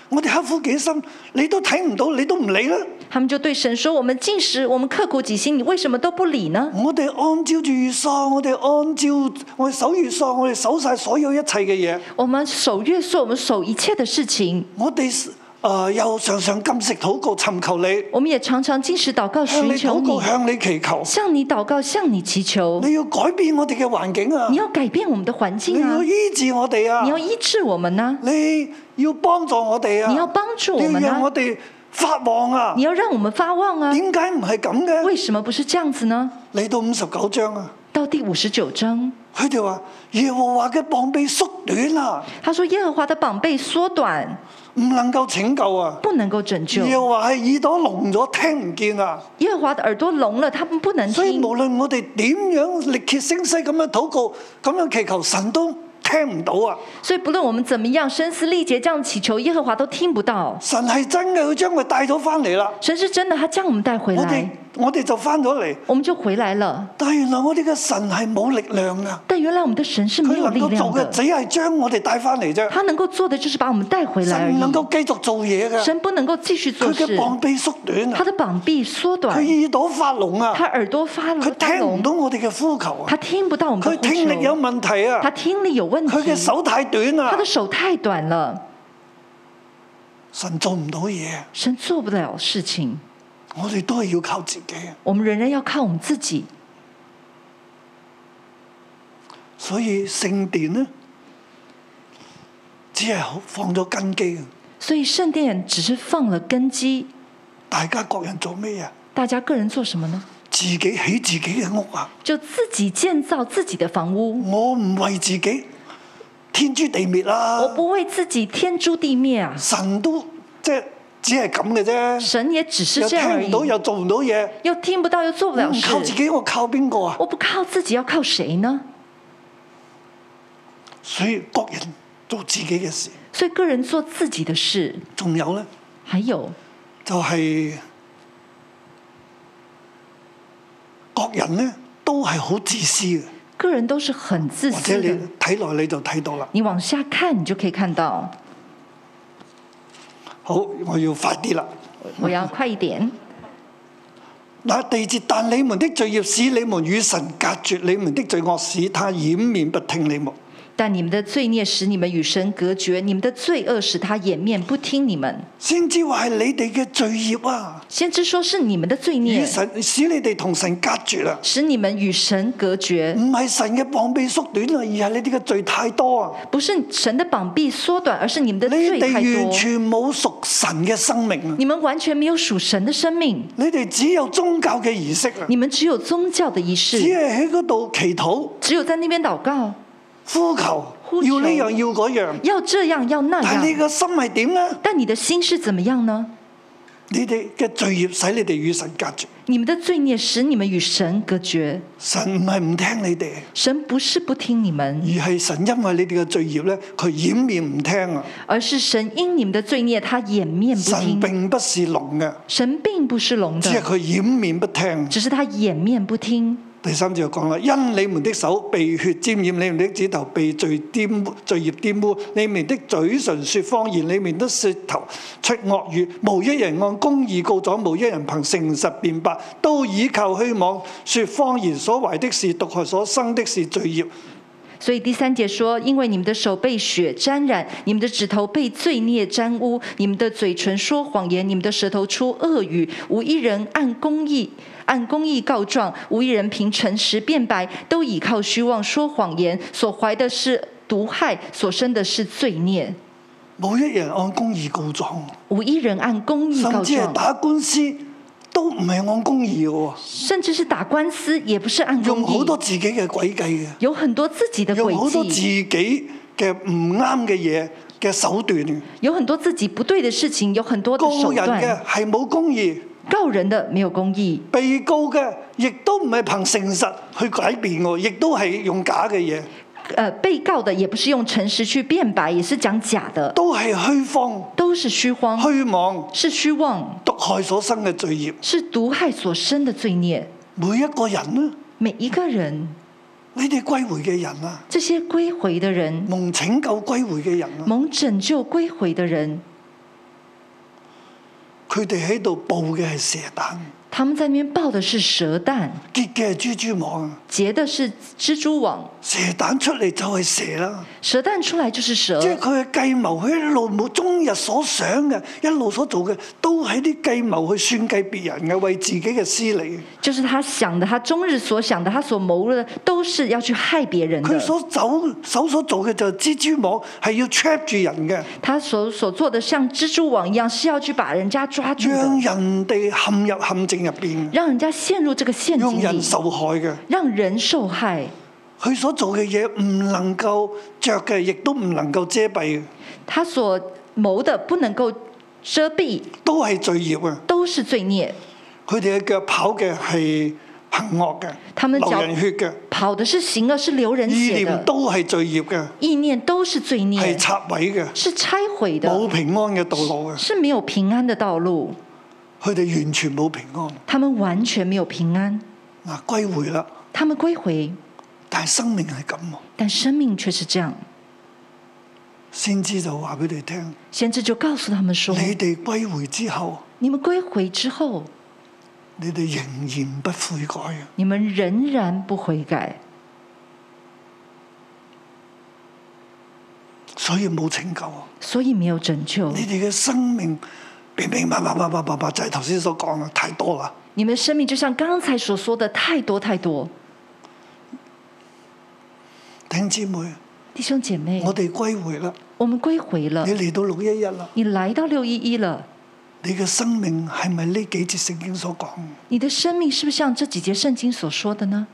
Speaker 2: 我哋刻苦己心，你都睇唔到，你都唔理呢？？”
Speaker 3: 他们就对神说：“我们进食，我们刻苦己心，你为什么都不理呢？
Speaker 2: 我哋按照住月朔，我哋按照我哋守月朔，我哋守晒所有一切嘅嘢，
Speaker 3: 我们守约束，我们守一切的事情，
Speaker 2: 我哋誒、呃又常常禁食禱告，尋求你。
Speaker 3: 我们也常常进食祷告
Speaker 2: 哎向你
Speaker 3: 寻求
Speaker 2: 禱告，
Speaker 3: 你，
Speaker 2: 向你祈求。
Speaker 3: 向你祷告，向你祈求。
Speaker 2: 你要改變我哋嘅環境啊
Speaker 3: 你！要改变我们的环
Speaker 2: 你
Speaker 3: 境啊
Speaker 2: 要，醫治我哋
Speaker 3: 你要
Speaker 2: 啊！
Speaker 3: 医治我们呢、
Speaker 2: 你要幫助我哋啊！
Speaker 3: 你要幫助我們啊
Speaker 2: 你要讓我哋發旺啊
Speaker 3: 你！要让我们发旺啊！
Speaker 2: 點解唔係咁嘅？
Speaker 3: 为什么不是这样子呢？”
Speaker 2: 嚟到五十九章啊，
Speaker 3: 到第五十九章，
Speaker 2: 佢哋話耶和華嘅膀臂縮短啊，
Speaker 3: 他说：“耶和华的膀臂缩短，
Speaker 2: 唔能夠拯救啊！
Speaker 3: 不能够拯救。”
Speaker 2: 耶和華係耳朵聾咗，聽唔見啊！
Speaker 3: 耶和华的耳朵聋了，他们不能
Speaker 2: 所以
Speaker 3: 聽。
Speaker 2: 無論我哋點樣力竭聲嘶咁樣禱告、咁樣祈求，神都聽唔到啊！
Speaker 3: 所以不論我們怎麼樣聲嘶力竭這樣祈求，耶和華都聽不到。
Speaker 2: 神係真嘅，佢將佢帶咗翻嚟啦。
Speaker 3: 神是真的，他將我們帶回
Speaker 2: 我哋
Speaker 3: 來，
Speaker 2: 我哋就翻咗嚟，
Speaker 3: 我們就回來了。
Speaker 2: 但係原來我哋嘅神係冇力量啊！
Speaker 3: 但原來我們的神是沒
Speaker 2: 佢
Speaker 3: 有
Speaker 2: 能
Speaker 3: 力
Speaker 2: 夠
Speaker 3: 量
Speaker 2: 做嘅
Speaker 3: 的
Speaker 2: 只，係將我哋帶翻嚟啫。
Speaker 3: 他能夠做的就是把我們帶回來而
Speaker 2: 神唔能
Speaker 3: 已。
Speaker 2: 夠繼續做嘢嘅，
Speaker 3: 神不能夠繼續做
Speaker 2: 佢嘅
Speaker 3: 事，
Speaker 2: 膀臂縮短
Speaker 3: 他
Speaker 2: 啊，
Speaker 3: 的膀臂縮短，
Speaker 2: 佢耳朵發聾
Speaker 3: 他
Speaker 2: 啊，
Speaker 3: 耳朵發
Speaker 2: 佢
Speaker 3: 發
Speaker 2: 聽唔到
Speaker 3: 聾，
Speaker 2: 我哋嘅呼求啊
Speaker 3: 他，聽不到我們的
Speaker 2: 佢
Speaker 3: 呼
Speaker 2: 聽力有
Speaker 3: 求，
Speaker 2: 問題啊
Speaker 3: 他，聽力有問
Speaker 2: 佢嘅
Speaker 3: 題，
Speaker 2: 手太短
Speaker 3: 他
Speaker 2: 啊
Speaker 3: 的，手太短了，
Speaker 2: 神做唔到嘢，
Speaker 3: 神做不了事情。
Speaker 2: 我哋都係要靠自己。啊
Speaker 3: 我們仍然要靠我們自己，
Speaker 2: 所以聖殿呢，只係放咗根基啊！
Speaker 3: 所以聖殿只是放了根基，
Speaker 2: 大家各人做咩啊？
Speaker 3: 大家個人做什麼呢？
Speaker 2: 自己起自己嘅屋啊！
Speaker 3: 就自己建造自己的房屋，
Speaker 2: 我唔為自己天诛地滅啦、
Speaker 3: 我不為自己天诛地滅啊！
Speaker 2: 神都即係只係咁嘅啫，
Speaker 3: 神也只是
Speaker 2: 又
Speaker 3: 這樣而
Speaker 2: 聽唔到
Speaker 3: 已，
Speaker 2: 又做唔到嘢，
Speaker 3: 又聽不到，又做不了
Speaker 2: 唔嗯靠自
Speaker 3: 事。
Speaker 2: 己，我靠邊個啊？
Speaker 3: 我不靠自己，要靠誰呢？
Speaker 2: 所以各人做自己嘅事。
Speaker 3: 所以個人做自己的事，
Speaker 2: 仲有咧，
Speaker 3: 還有
Speaker 2: 就係、各人咧都係好自私嘅，
Speaker 3: 個人都是很自
Speaker 2: 或者
Speaker 3: 私的
Speaker 2: 你。睇落你就睇到啦。
Speaker 3: 你往下看，你就可以看到。
Speaker 2: 好，我要快啲啦。
Speaker 3: 我要快一點。
Speaker 2: 那地節，但你們的罪孽使你們與神隔絕，你們的罪惡使他掩面不聽你們。
Speaker 3: 但你們的罪孽使你們與神隔絕，你們的罪惡使他掩面不聽你們。
Speaker 2: 先至話係你哋嘅罪孽啊，
Speaker 3: 先知說是你們的罪
Speaker 2: 與
Speaker 3: 孽
Speaker 2: 神使你哋同神隔絕啊，
Speaker 3: 使你們與神隔絕，
Speaker 2: 唔係神嘅膀臂縮短啊，而係你哋嘅罪太多啊，
Speaker 3: 不是神的膀臂縮短，而是你們的
Speaker 2: 你
Speaker 3: 罪太
Speaker 2: 哋完
Speaker 3: 多。
Speaker 2: 全冇屬神嘅生命啊，
Speaker 3: 你們完全沒有屬神的生命，
Speaker 2: 你哋只有宗教嘅儀式啊，
Speaker 3: 你們只有宗教的儀
Speaker 2: 只
Speaker 3: 式，
Speaker 2: 係喺嗰度祈禱、
Speaker 3: 只有在那邊禱告，
Speaker 2: 呼求，
Speaker 3: 呼求
Speaker 2: 要呢樣要嗰樣，
Speaker 3: 要這樣要那
Speaker 2: 但係你
Speaker 3: 樣。
Speaker 2: 嘅心係點呢？
Speaker 3: 但你的心是怎麼樣呢？
Speaker 2: 你哋嘅罪孽使你哋與神隔絕，
Speaker 3: 你们的罪孽使你们與神隔絕，
Speaker 2: 神唔係唔聽你哋。
Speaker 3: 神不是不聽你們，
Speaker 2: 而係神因為你哋嘅罪孽咧，佢掩面唔聽啊！
Speaker 3: 而是神因你們的罪孽，他掩面不
Speaker 2: 神
Speaker 3: 聽。
Speaker 2: 並不是聾嘅，
Speaker 3: 神並不是聾
Speaker 2: 只係
Speaker 3: 的，
Speaker 2: 佢掩面不聽。
Speaker 3: 只是他掩面不聽。
Speaker 2: 第三節就講啦，因你們的手被血沾染，你們的指頭被罪玷污、罪孽玷污，你們的嘴唇説謊言，你們的舌頭出惡語，無一人按公義告狀，無一人憑誠實辯白，都倚靠虛妄説謊言，所懷的是毒害，所生的是罪孽。
Speaker 3: 所以第三节说：“因为你们的手被血沾染，你们的指头被罪孽沾污，你们的嘴唇说谎言，你们的舌头出恶语，无一人按公义按公义告状，无一人凭诚实辩白，都倚靠虚妄说谎言，所怀的是毒害，所生的是罪孽，
Speaker 2: 冇一人按公義告狀，
Speaker 3: 无一人按公义告
Speaker 2: 甚至係
Speaker 3: 状，
Speaker 2: 打官司都唔係按公義嘅喎。
Speaker 3: 甚至是打官司也不是按公
Speaker 2: 用好多
Speaker 3: 义，
Speaker 2: 自己嘅詭計
Speaker 3: 有很多自己的
Speaker 2: 嘅，用好多
Speaker 3: 诡
Speaker 2: 自
Speaker 3: 计，
Speaker 2: 己嘅唔啱嘅嘢嘅手段。
Speaker 3: 有很多自己不对的事情，有很多的
Speaker 2: 告
Speaker 3: 手
Speaker 2: 人
Speaker 3: 段，
Speaker 2: 嘅係冇公義，
Speaker 3: 告人的没有公义。”
Speaker 2: 被告嘅亦都唔係憑誠實去改變喎，亦都係用假嘅嘢，
Speaker 3: 呃，被告的也不是用诚实去辩白，也是讲假的，
Speaker 2: 都係虛謊、
Speaker 3: 都是虚荒，
Speaker 2: 虛妄、
Speaker 3: 是虚妄，
Speaker 2: 毒害所生嘅罪孽。
Speaker 3: 是毒害所生的罪孽。
Speaker 2: 每一個人呢，
Speaker 3: 每一個人，
Speaker 2: 你哋歸回嘅人啊，
Speaker 3: 这些歸回的人，
Speaker 2: 蒙拯救歸回嘅人啊，
Speaker 3: 蒙拯救歸回的人，
Speaker 2: 佢哋喺度報嘅係蛇蛋，
Speaker 3: 他們在那邊抱的是蛇蛋，
Speaker 2: 結嘅係蜘蛛網啊。
Speaker 3: 結的是蜘蛛網，
Speaker 2: 蛇蛋出嚟就係蛇啦。
Speaker 3: 蛇蛋出來就是蛇
Speaker 2: 即。係佢嘅計謀，佢一路冇終日所想嘅，一路所做嘅，都係啲計謀去算計別人嘅，為自己嘅私利。
Speaker 3: 就是他想的，他終日所想的，他所謀的，都是要去害別人
Speaker 2: 佢
Speaker 3: 的。
Speaker 2: 所走手所做嘅就係蜘蛛網，係要 trap 住人嘅，
Speaker 3: 他所所做的像蜘蛛網一樣，是要去把人家抓住的。
Speaker 2: 讓人哋陷入陷阱入邊，
Speaker 3: 让人家陷入这个陷
Speaker 2: 讓
Speaker 3: 阱
Speaker 2: 人
Speaker 3: 里，
Speaker 2: 受害嘅。
Speaker 3: 让人受害。
Speaker 2: 佢所做嘅嘢唔能夠着嘅，亦都唔能夠遮蔽嘅，
Speaker 3: 他所谋的不能夠遮蔽，
Speaker 2: 都係罪孽啊！
Speaker 3: 都是罪孽。
Speaker 2: 佢哋嘅腳跑嘅係行惡嘅，
Speaker 3: 他們
Speaker 2: 流
Speaker 3: 腳
Speaker 2: 人血嘅，
Speaker 3: 跑的是行惡，是流人
Speaker 2: 意
Speaker 3: 血
Speaker 2: 念
Speaker 3: 的，
Speaker 2: 都係罪孽嘅，
Speaker 3: 意念都是罪
Speaker 2: 係
Speaker 3: 孽，
Speaker 2: 拆毀嘅，
Speaker 3: 是拆毀
Speaker 2: 冇
Speaker 3: 的，
Speaker 2: 平安嘅道路嘅，
Speaker 3: 是没有平安的道路。
Speaker 2: 佢哋完全冇平安。
Speaker 3: 他們完全没有平安，
Speaker 2: 嗱，歸回啦，
Speaker 3: 他們歸回，
Speaker 2: 但係生命係咁喎，
Speaker 3: 但生命卻是這樣。
Speaker 2: 先知就話俾你聽：
Speaker 3: 先知就告訴他們說：
Speaker 2: 你哋歸回之後，
Speaker 3: 你們歸回之後，
Speaker 2: 你哋仍然不悔改嘅。
Speaker 3: 你們仍然不悔改，
Speaker 2: 所以冇拯救啊！
Speaker 3: 所以没有拯救
Speaker 2: 你。哋嘅生命明明白白白白白白，就係頭先所講嘅太多啦。
Speaker 3: 你們的生命就像剛才所說的，太多太多。
Speaker 2: 弟兄姊妹，
Speaker 3: 弟兄姐妹，
Speaker 2: 我哋歸回啦，
Speaker 3: 我們歸回了
Speaker 2: 你，嚟到六一一啦，
Speaker 3: 你来到六一一了，
Speaker 2: 你嘅生命係咪呢幾節聖經所講？
Speaker 3: 你的生命是不是像这几节圣经所说的呢？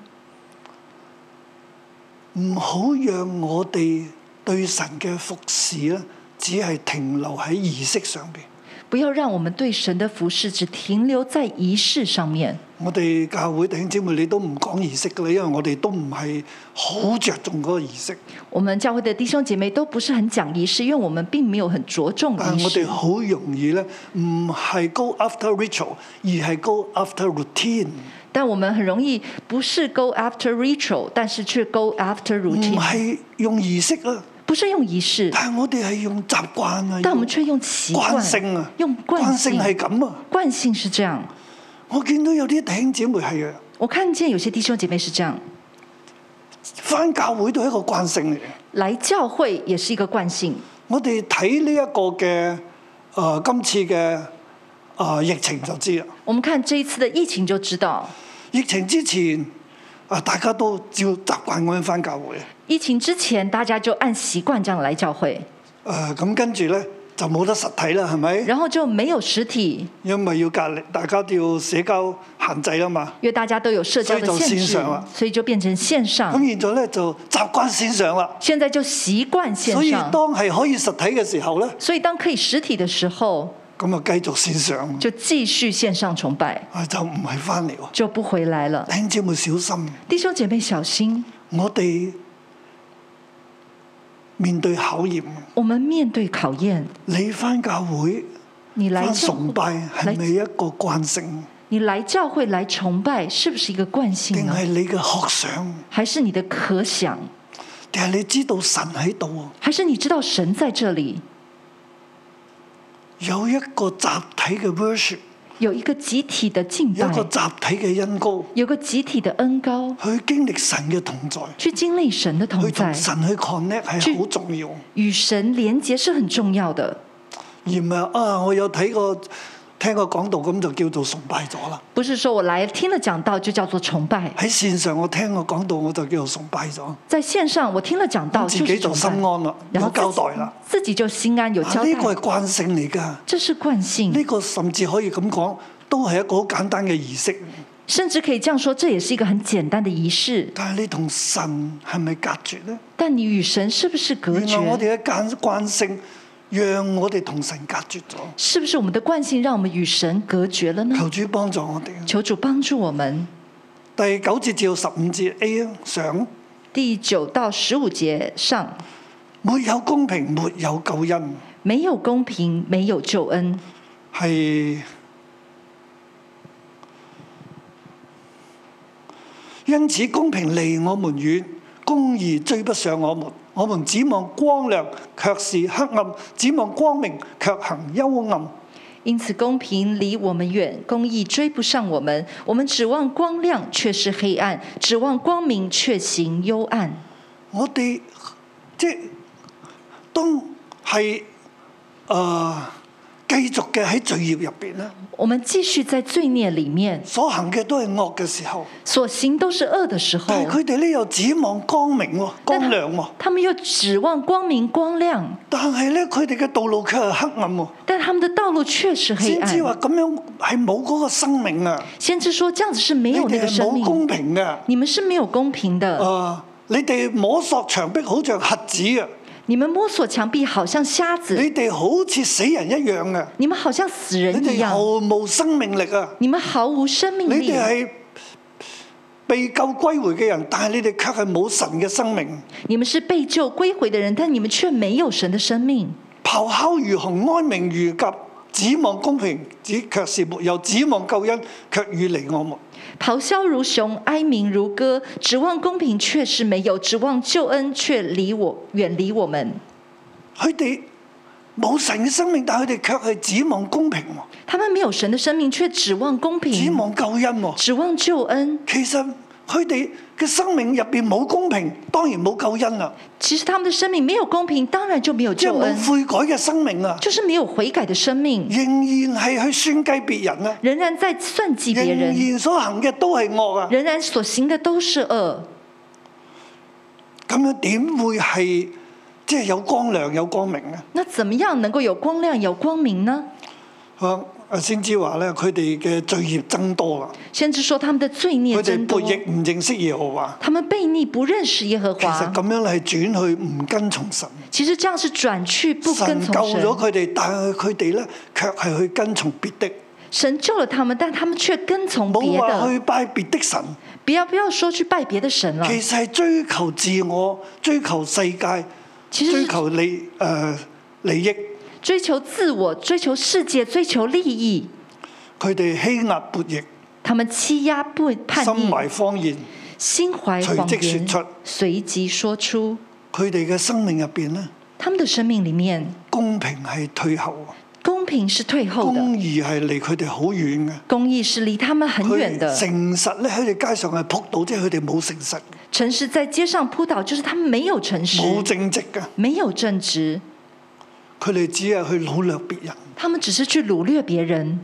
Speaker 2: 唔好讓我哋對神嘅服侍咧，只係停留喺儀式上邊。
Speaker 3: 不要让我们对神的服侍只停留在仪式上面。
Speaker 2: 我哋教會弟兄姊妹，你都唔講儀式噶啦，因為我哋都唔係好着重嗰個儀式，
Speaker 3: 我们教会的弟兄姐妹都不是很讲仪式，因为我们并没有很着重
Speaker 2: 但
Speaker 3: 仪
Speaker 2: 啊係我哋
Speaker 3: 式。
Speaker 2: 好容易咧，唔係 go after ritual，而係 go after routine，
Speaker 3: 但我们很容易不是 go after ritual，但是却 go after
Speaker 2: 唔
Speaker 3: routine，
Speaker 2: 係用儀式啊，
Speaker 3: 不是用仪式，
Speaker 2: 但係我哋係用習慣啊，
Speaker 3: 但我们
Speaker 2: 用
Speaker 3: 却用习惯
Speaker 2: 慣性啊，
Speaker 3: 用惯
Speaker 2: 性
Speaker 3: 性，
Speaker 2: 係咁啊。
Speaker 3: 惯性是这样。
Speaker 2: 我見到有啲弟兄姊妹係啊，
Speaker 3: 我看见有些弟兄姐妹是这样，
Speaker 2: 翻教會都係一個慣性嚟嘅。
Speaker 3: 来教会也是一个惯性。
Speaker 2: 我哋睇呢一個嘅誒、呃今次嘅誒、呃疫情就知啦。
Speaker 3: 我们看这一次的疫情就知道，
Speaker 2: 疫情之前啊，大家都照習慣咁樣翻教會。誒、
Speaker 3: 疫情之前大家就按习惯这样来教会，
Speaker 2: 呃咁跟住咧就冇得實體啦，係咪？
Speaker 3: 然后就没有实体，
Speaker 2: 因為要隔離，大家都要社交限制啦嘛。
Speaker 3: 因为大家都有社交的
Speaker 2: 所以就
Speaker 3: 限
Speaker 2: 线
Speaker 3: 制
Speaker 2: 上了，
Speaker 3: 所以就变成线上。
Speaker 2: 咁現在咧就習慣線上啦，
Speaker 3: 现在就习惯线
Speaker 2: 所以
Speaker 3: 上，
Speaker 2: 當係可以實體嘅時候咧，
Speaker 3: 所以当可以实体的时候，
Speaker 2: 咁啊繼續線上，
Speaker 3: 就繼續線上崇拜，
Speaker 2: 啊就唔係翻嚟喎。
Speaker 3: 就不回來了。
Speaker 2: 弟兄姊妹小心，
Speaker 3: 弟兄姐妹小心，
Speaker 2: 我哋面對考驗，
Speaker 3: 我們面對考驗，
Speaker 2: 你翻教會。
Speaker 3: 你來
Speaker 2: 翻
Speaker 3: 教
Speaker 2: 崇拜係咪一個慣性，
Speaker 3: 你来教會來崇拜，是不是一個慣性
Speaker 2: 定
Speaker 3: 呢？
Speaker 2: 係你嘅學想，
Speaker 3: 還是你的可想？
Speaker 2: 定係你知道神喺度？
Speaker 3: 還是你知道神在這裡
Speaker 2: 有一個集體嘅 worship，
Speaker 3: 有一個集體的敬
Speaker 2: 有
Speaker 3: 拜
Speaker 2: 一，個集體嘅恩高，
Speaker 3: 有個集體的恩高，
Speaker 2: 去經歷神嘅同在，
Speaker 3: 去經歷神的同
Speaker 2: 去
Speaker 3: 在
Speaker 2: 同，神去 connect 係
Speaker 3: 去
Speaker 2: 好重要，
Speaker 3: 與神連結是很重要的。
Speaker 2: 而唔係啊我有睇過聽過講道咁就叫做崇拜咗啦。
Speaker 3: 不是說我來聽了講道就叫做崇拜，
Speaker 2: 喺線上我聽過講道我就叫做崇拜咗，
Speaker 3: 在線上我聽了講道
Speaker 2: 自
Speaker 3: 就是
Speaker 2: 己
Speaker 3: 崇
Speaker 2: 就心
Speaker 3: 拜。
Speaker 2: 安啦，有
Speaker 3: 然后
Speaker 2: 交
Speaker 3: 自
Speaker 2: 代啦。
Speaker 3: 自己就心安有
Speaker 2: 啊
Speaker 3: 交代。
Speaker 2: 呢個係慣性嚟㗎，
Speaker 3: 这是惯性，
Speaker 2: 呢個甚至可以咁講，都係一個好簡單嘅儀式。
Speaker 3: 甚至可以这样说，这也是一个很简单的仪式。
Speaker 2: 但係你同神係咪隔絕呢？
Speaker 3: 但你与神是不是隔
Speaker 2: 原來我
Speaker 3: 绝？
Speaker 2: 哋嘅慣慣性，讓我哋同神隔絕咗。
Speaker 3: 是不是我们的惯性让我们与神隔绝了呢？
Speaker 2: 求主幫助我哋。
Speaker 3: 求主幫助我們。
Speaker 2: 第九節至到十五節 A 啊上，
Speaker 3: 第九到十五节上，
Speaker 2: 沒有公平，沒有救恩，
Speaker 3: 没有公平，没有救恩，
Speaker 2: 係因此公平離我們遠，公義追不上我們。我們指望光亮，卻是黑暗；指望光明，卻行幽暗。
Speaker 3: 因此公平离我们远，公义追不上我们。我们指望光亮，却是黑暗；指望光明，却行幽暗。
Speaker 2: 我哋即係當係誒、呃、繼續嘅喺罪孽入邊咧，
Speaker 3: 我們繼續在罪孽里面，
Speaker 2: 所行嘅都係惡嘅時候，
Speaker 3: 所行都是惡的時候。
Speaker 2: 但係佢哋咧又指望光明喎、光亮喎、
Speaker 3: 他们又指望光明光亮，
Speaker 2: 但係咧佢哋嘅道路卻係黑暗喎、
Speaker 3: 但他们的道路确实黑
Speaker 2: 先
Speaker 3: 暗。
Speaker 2: 知話咁樣係冇嗰個生命啊，
Speaker 3: 先知說這樣子是沒
Speaker 2: 哎你
Speaker 3: 有那
Speaker 2: 哋
Speaker 3: 個
Speaker 2: 係
Speaker 3: 生
Speaker 2: 冇
Speaker 3: 命，
Speaker 2: 公哦平嘅，
Speaker 3: 你們是沒有公平的。
Speaker 2: 誒你哋摸索牆壁好像核子啊，
Speaker 3: 你們摸索牆壁，好像瞎
Speaker 2: 你
Speaker 3: 子；
Speaker 2: 哋好似死人一樣嘅，
Speaker 3: 你們好像死
Speaker 2: 哎你
Speaker 3: 人一
Speaker 2: 哋毫
Speaker 3: 樣，
Speaker 2: à. 無生命力啊！
Speaker 3: 你們毫無生命
Speaker 2: 你
Speaker 3: 力
Speaker 2: 哋。係被救歸回嘅人，但係你哋卻係冇神嘅生命。
Speaker 3: 你们是被救归回的人，但你们却没有神的生命。
Speaker 2: 咆哮如熊，哀鳴如鴿，指望公平，只卻是沒有；指望救恩，卻遠離我們。
Speaker 3: 咆哮如熊，哀鸣如歌，指望公平却是没有，指望救恩却离我远离我们。
Speaker 2: 佢哋冇神嘅生命，但係佢哋卻係指望公平喎，
Speaker 3: 他们没有神的生命，却指望公
Speaker 2: 指
Speaker 3: 平，
Speaker 2: 望救恩喎。
Speaker 3: 指望救恩。
Speaker 2: 其實佢哋嘅生命入邊冇公平，當然冇救恩啦，
Speaker 3: 其实他们的生命没有公平，当然就没有
Speaker 2: 即係
Speaker 3: 救恩，
Speaker 2: 冇悔改嘅生命啊，
Speaker 3: 就是没有悔改的生命，
Speaker 2: 仍然係去算計別人啊，
Speaker 3: 仍然在算计别
Speaker 2: 仍
Speaker 3: 人，
Speaker 2: 然所行嘅都係惡啊，
Speaker 3: 仍然所行的都是恶，
Speaker 2: 咁樣點會係即係有光亮有光明啊？
Speaker 3: 那怎么样能够有光亮、有光明呢？
Speaker 2: 啊啊先知話咧，佢哋嘅罪孽增多啦，
Speaker 3: 先知说他們的罪
Speaker 2: 佢
Speaker 3: 孽
Speaker 2: 哋
Speaker 3: 增多
Speaker 2: 背，逆唔認識耶和華，
Speaker 3: 他們悖逆不認識耶和
Speaker 2: 其實
Speaker 3: 華。
Speaker 2: 咁樣係轉去唔跟從神。
Speaker 3: 其實這樣是轉去不跟
Speaker 2: 神救
Speaker 3: 從
Speaker 2: 咗
Speaker 3: 神，
Speaker 2: 佢哋，但係佢哋咧卻係去跟從別的，
Speaker 3: 神救了他們，但他們卻跟從
Speaker 2: 冇
Speaker 3: 別
Speaker 2: 話
Speaker 3: 的。
Speaker 2: 去拜別的神。
Speaker 3: 不要不要說去拜別的神了，
Speaker 2: 其實係追求自我、追求世界、
Speaker 3: 其實
Speaker 2: 追
Speaker 3: 是
Speaker 2: 求利誒、呃利益，
Speaker 3: 追求自我、追求世界、追求利益。
Speaker 2: 佢哋欺壓叛逆，
Speaker 3: 他們欺壓不叛
Speaker 2: 心
Speaker 3: 逆，
Speaker 2: 懷謊言，
Speaker 3: 心懷
Speaker 2: 隨
Speaker 3: 謊
Speaker 2: 即
Speaker 3: 言
Speaker 2: 說出，
Speaker 3: 隨即說出。
Speaker 2: 佢哋嘅生命入邊咧，
Speaker 3: 他們的生命裡面，
Speaker 2: 公平係退後，
Speaker 3: 公平是退後的，
Speaker 2: 公義係離佢哋好遠嘅。
Speaker 3: 公義是離他們很遠
Speaker 2: 佢
Speaker 3: 的。
Speaker 2: 誠實咧喺哋街上係撲到，即係佢哋冇誠實、
Speaker 3: 誠實在街上撲倒，就是他們沒有誠
Speaker 2: 冇
Speaker 3: 實，
Speaker 2: 正直嘅，
Speaker 3: 沒有正直，
Speaker 2: 佢哋只係去擄掠別人、
Speaker 3: 他們只是去掳掠別人，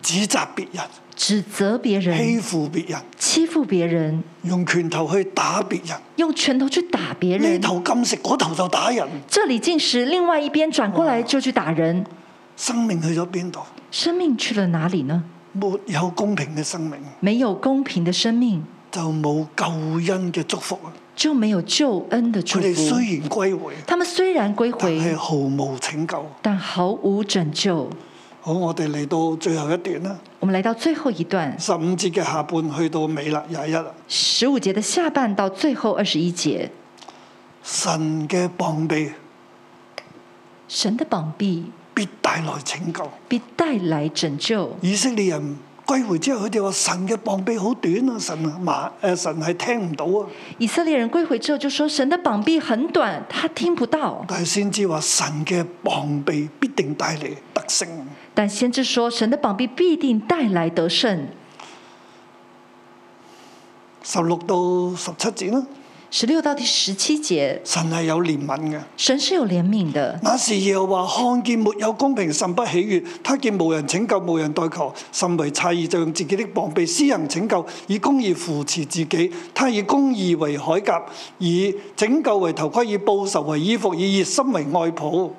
Speaker 2: 指責別人、
Speaker 3: 指責別人，
Speaker 2: 欺負別人。
Speaker 3: 欺負別人，
Speaker 2: 用拳頭去打別人，
Speaker 3: 用拳頭去打別
Speaker 2: 呢
Speaker 3: 人。
Speaker 2: 頭禁食，嗰頭就打人，
Speaker 3: 這裡進食，另外一邊轉過來就去打人，
Speaker 2: 生命去咗邊度？
Speaker 3: 生命去了哪裡呢？
Speaker 2: 沒有公平嘅生命，
Speaker 3: 沒有公平的生命，
Speaker 2: 就冇救恩嘅祝福。啊
Speaker 3: 就沒有救恩的
Speaker 2: 佢
Speaker 3: 祝
Speaker 2: 哋
Speaker 3: 福。
Speaker 2: 雖然歸回，
Speaker 3: 他們雖然歸
Speaker 2: 但係
Speaker 3: 回，
Speaker 2: 毫無拯救。
Speaker 3: 但毫無拯救。
Speaker 2: 好，我哋嚟到最後一段啦，
Speaker 3: 我們來到最後一段，
Speaker 2: 十五節嘅下半去到尾啦，廿一啦。
Speaker 3: 十五節的下半到最後二十一節，
Speaker 2: 神嘅膀臂
Speaker 3: 神的膀臂
Speaker 2: 必帶來拯救。
Speaker 3: 必帶來拯救。
Speaker 2: 以色列人歸回之後，佢哋話神嘅膀臂好短啊，神麻誒、神係聽唔到啊。
Speaker 3: 以色列人歸回之後就說：神的膀臂很短，他聽不到。
Speaker 2: 但係先知話神嘅膀臂必定帶嚟得勝。
Speaker 3: 但先知說，神的膀臂必定帶來得勝。
Speaker 2: 十六到十七節啦，
Speaker 3: 十六到第十七節，
Speaker 2: 神係有憐憫嘅。
Speaker 3: 神是有憐憫的。
Speaker 2: 那時耶和華看見沒有公平，甚不喜悅。他見無人拯救，無人代求，甚為詫異，就用自己的膀臂施行拯救，以公義扶持自己。他以公義為鎧甲，以拯救為頭盔，以報仇為衣服，以熱心為外袍。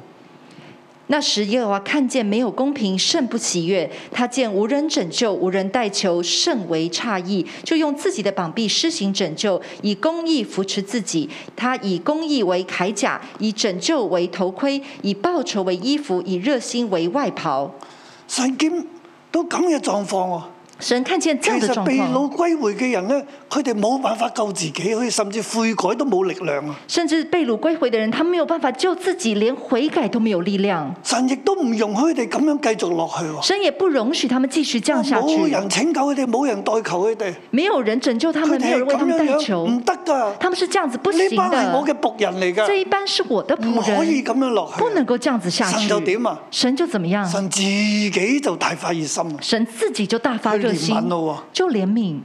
Speaker 3: 那時耶和華看見沒有公平，甚不喜悅；他見無人拯救，無人代求，甚為詫異，就用自己的膀臂施行拯救，以公義扶持自己。他以公義為铠甲，以拯救為頭盔，以報仇為衣服，以熱心為外袍。
Speaker 2: 神見到咁嘅狀況喎，
Speaker 3: 神看見
Speaker 2: 其
Speaker 3: 這樣的
Speaker 2: 實
Speaker 3: 狀
Speaker 2: 被
Speaker 3: 況，
Speaker 2: 擄歸回嘅人呢，佢哋冇辦法救自己，佢哋甚至悔改都冇力量啊！
Speaker 3: 甚至被掳歸回的人，他沒有辦法救自己，連悔改都沒有力量。
Speaker 2: 神亦都唔容許佢哋咁樣繼續落去喎。
Speaker 3: 神也不容許他們繼續這樣下
Speaker 2: 冇
Speaker 3: 去。
Speaker 2: 人拯救佢哋，冇人代求佢哋，
Speaker 3: 沒有人拯救他
Speaker 2: 佢
Speaker 3: 們，沒有
Speaker 2: 哋
Speaker 3: 人
Speaker 2: 係
Speaker 3: 為他
Speaker 2: 咁
Speaker 3: 們代
Speaker 2: 樣樣
Speaker 3: 求
Speaker 2: 唔，得㗎。
Speaker 3: 他們是這樣子不
Speaker 2: 呢
Speaker 3: 行
Speaker 2: 班係我
Speaker 3: 的
Speaker 2: 嘅。仆人嚟
Speaker 3: 這一
Speaker 2: 㗎，
Speaker 3: 班是我的
Speaker 2: 唔
Speaker 3: 僕
Speaker 2: 可以
Speaker 3: 人，
Speaker 2: 咁樣落去。啊
Speaker 3: 不能夠這樣子下
Speaker 2: 神
Speaker 3: 去
Speaker 2: 就。點啊？
Speaker 3: 神就怎麼樣？
Speaker 2: 神自己就大發熱心啊！
Speaker 3: 神自己就大發
Speaker 2: 佢
Speaker 3: 熱
Speaker 2: 憐
Speaker 3: 心
Speaker 2: 憫，咯
Speaker 3: 就憐憫。
Speaker 2: 喎，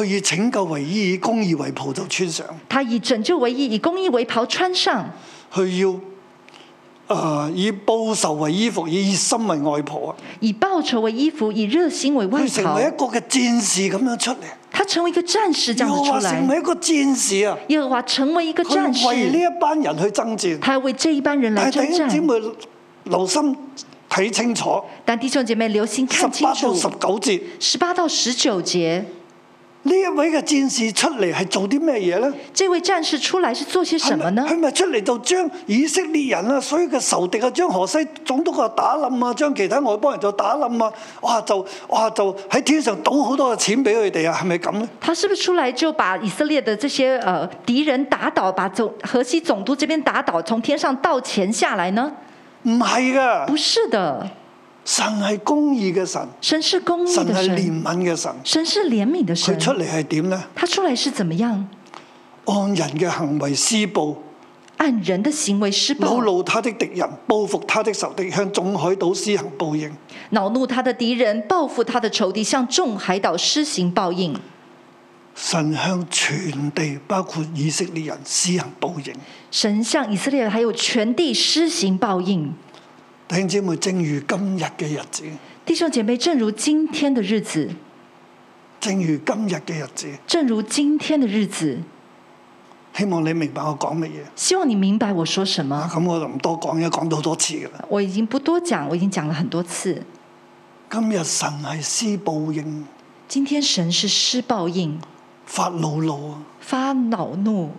Speaker 2: 佢以拯救為衣，以公義為袍就穿上。
Speaker 3: 他以拯救為衣，以公義為袍穿上。
Speaker 2: 佢要呃以報仇為衣服，以熱心為外袍啊！
Speaker 3: 以報仇為衣服，以熱心為外
Speaker 2: 佢成
Speaker 3: 袍
Speaker 2: 為。一個嘅戰士咁樣出嚟，
Speaker 3: 他成為一個戰士，這樣
Speaker 2: 又
Speaker 3: 子出
Speaker 2: 話成
Speaker 3: 來。
Speaker 2: 為一個戰士啊！
Speaker 3: 耶和華成為一個戰
Speaker 2: 佢為呢
Speaker 3: 士，
Speaker 2: 一班人去爭戰。
Speaker 3: 他要為這一班人來
Speaker 2: 但
Speaker 3: 征
Speaker 2: 係弟兄姊
Speaker 3: 戰。
Speaker 2: 妹留心睇清楚，
Speaker 3: 但弟兄姐妹留心
Speaker 2: 十
Speaker 3: 看清
Speaker 2: 八到
Speaker 3: 楚
Speaker 2: 十，九節，
Speaker 3: 十八到十九節，
Speaker 2: 呢一位嘅戰士出嚟係做啲咩嘢咧？
Speaker 3: 这位战士出来是做些什么呢
Speaker 2: 係咪？佢咪出嚟就將以色列人啊，所有嘅仇敵啊，將河西總督啊打冧啊，將其他外邦人就打冧啊！哇，就哇就喺天上倒好多嘅錢俾佢哋啊，係咪咁咧？
Speaker 3: 他是不是出来就把以色列的这些呃敌人打倒，把总河西总督这边打倒，从天上倒钱下来呢？
Speaker 2: 唔係噶，
Speaker 3: 不是的，
Speaker 2: 神係公義嘅神，
Speaker 3: 神是公义
Speaker 2: 神
Speaker 3: 的
Speaker 2: 係
Speaker 3: 神，
Speaker 2: 憐憫嘅神，
Speaker 3: 神是憐憫的神
Speaker 2: 佢。出嚟係點咧？
Speaker 3: 他出来是怎么样？
Speaker 2: 按人嘅行為施報，
Speaker 3: 按人的行为施
Speaker 2: 惱
Speaker 3: 暴，
Speaker 2: 怒他的敵人，報復他的仇敵，向眾海島施行報應。
Speaker 3: 恼怒他的敌人，报复他的仇敌，向众海岛施行报应。
Speaker 2: 神向全地，包括以色列人施行報應。
Speaker 3: 神向以色列还有全地施行报应。
Speaker 2: 弟兄姊妹，正如今日嘅日子，
Speaker 3: 弟兄姐妹，正如今天的日子，
Speaker 2: 正如今日嘅日子，
Speaker 3: 正如今天的日子，
Speaker 2: 希望你明白我講乜嘢。
Speaker 3: 希望你明白我说什么。
Speaker 2: 啊，咁我就唔多講，因為講到好多次㗎啦。
Speaker 3: 我已经不多讲，我已经讲了很多次。
Speaker 2: 今日神係施報應，
Speaker 3: 今天神是施报应，
Speaker 2: 發惱怒啊！
Speaker 3: 发恼怒。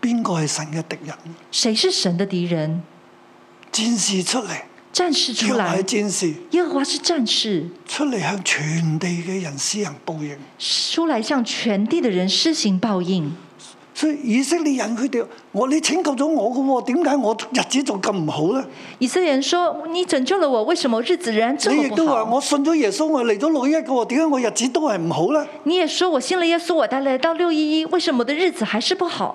Speaker 2: 邊個係神嘅敵人？
Speaker 3: 谁是神的敌人？
Speaker 2: 戰士出嚟，
Speaker 3: 战士出
Speaker 2: 又係
Speaker 3: 来，
Speaker 2: 戰士
Speaker 3: 耶和华是战士，
Speaker 2: 出嚟向全地嘅人施行報應。
Speaker 3: 出来向全地的人施行报应。
Speaker 2: 所以以色列人佢哋，我你拯救咗我嘅喎，點解我日子仲咁唔好咧？
Speaker 3: 以色列人说：“你拯救了我，为什么我日子仍然这
Speaker 2: 你亦
Speaker 3: 么
Speaker 2: 都
Speaker 3: 不好？”
Speaker 2: 話我信咗耶穌，我嚟咗六一嘅喎，點解我日子都係唔好咧？
Speaker 3: 你也说我信了耶稣，我带来到六一一，为什么我的日子还是不好？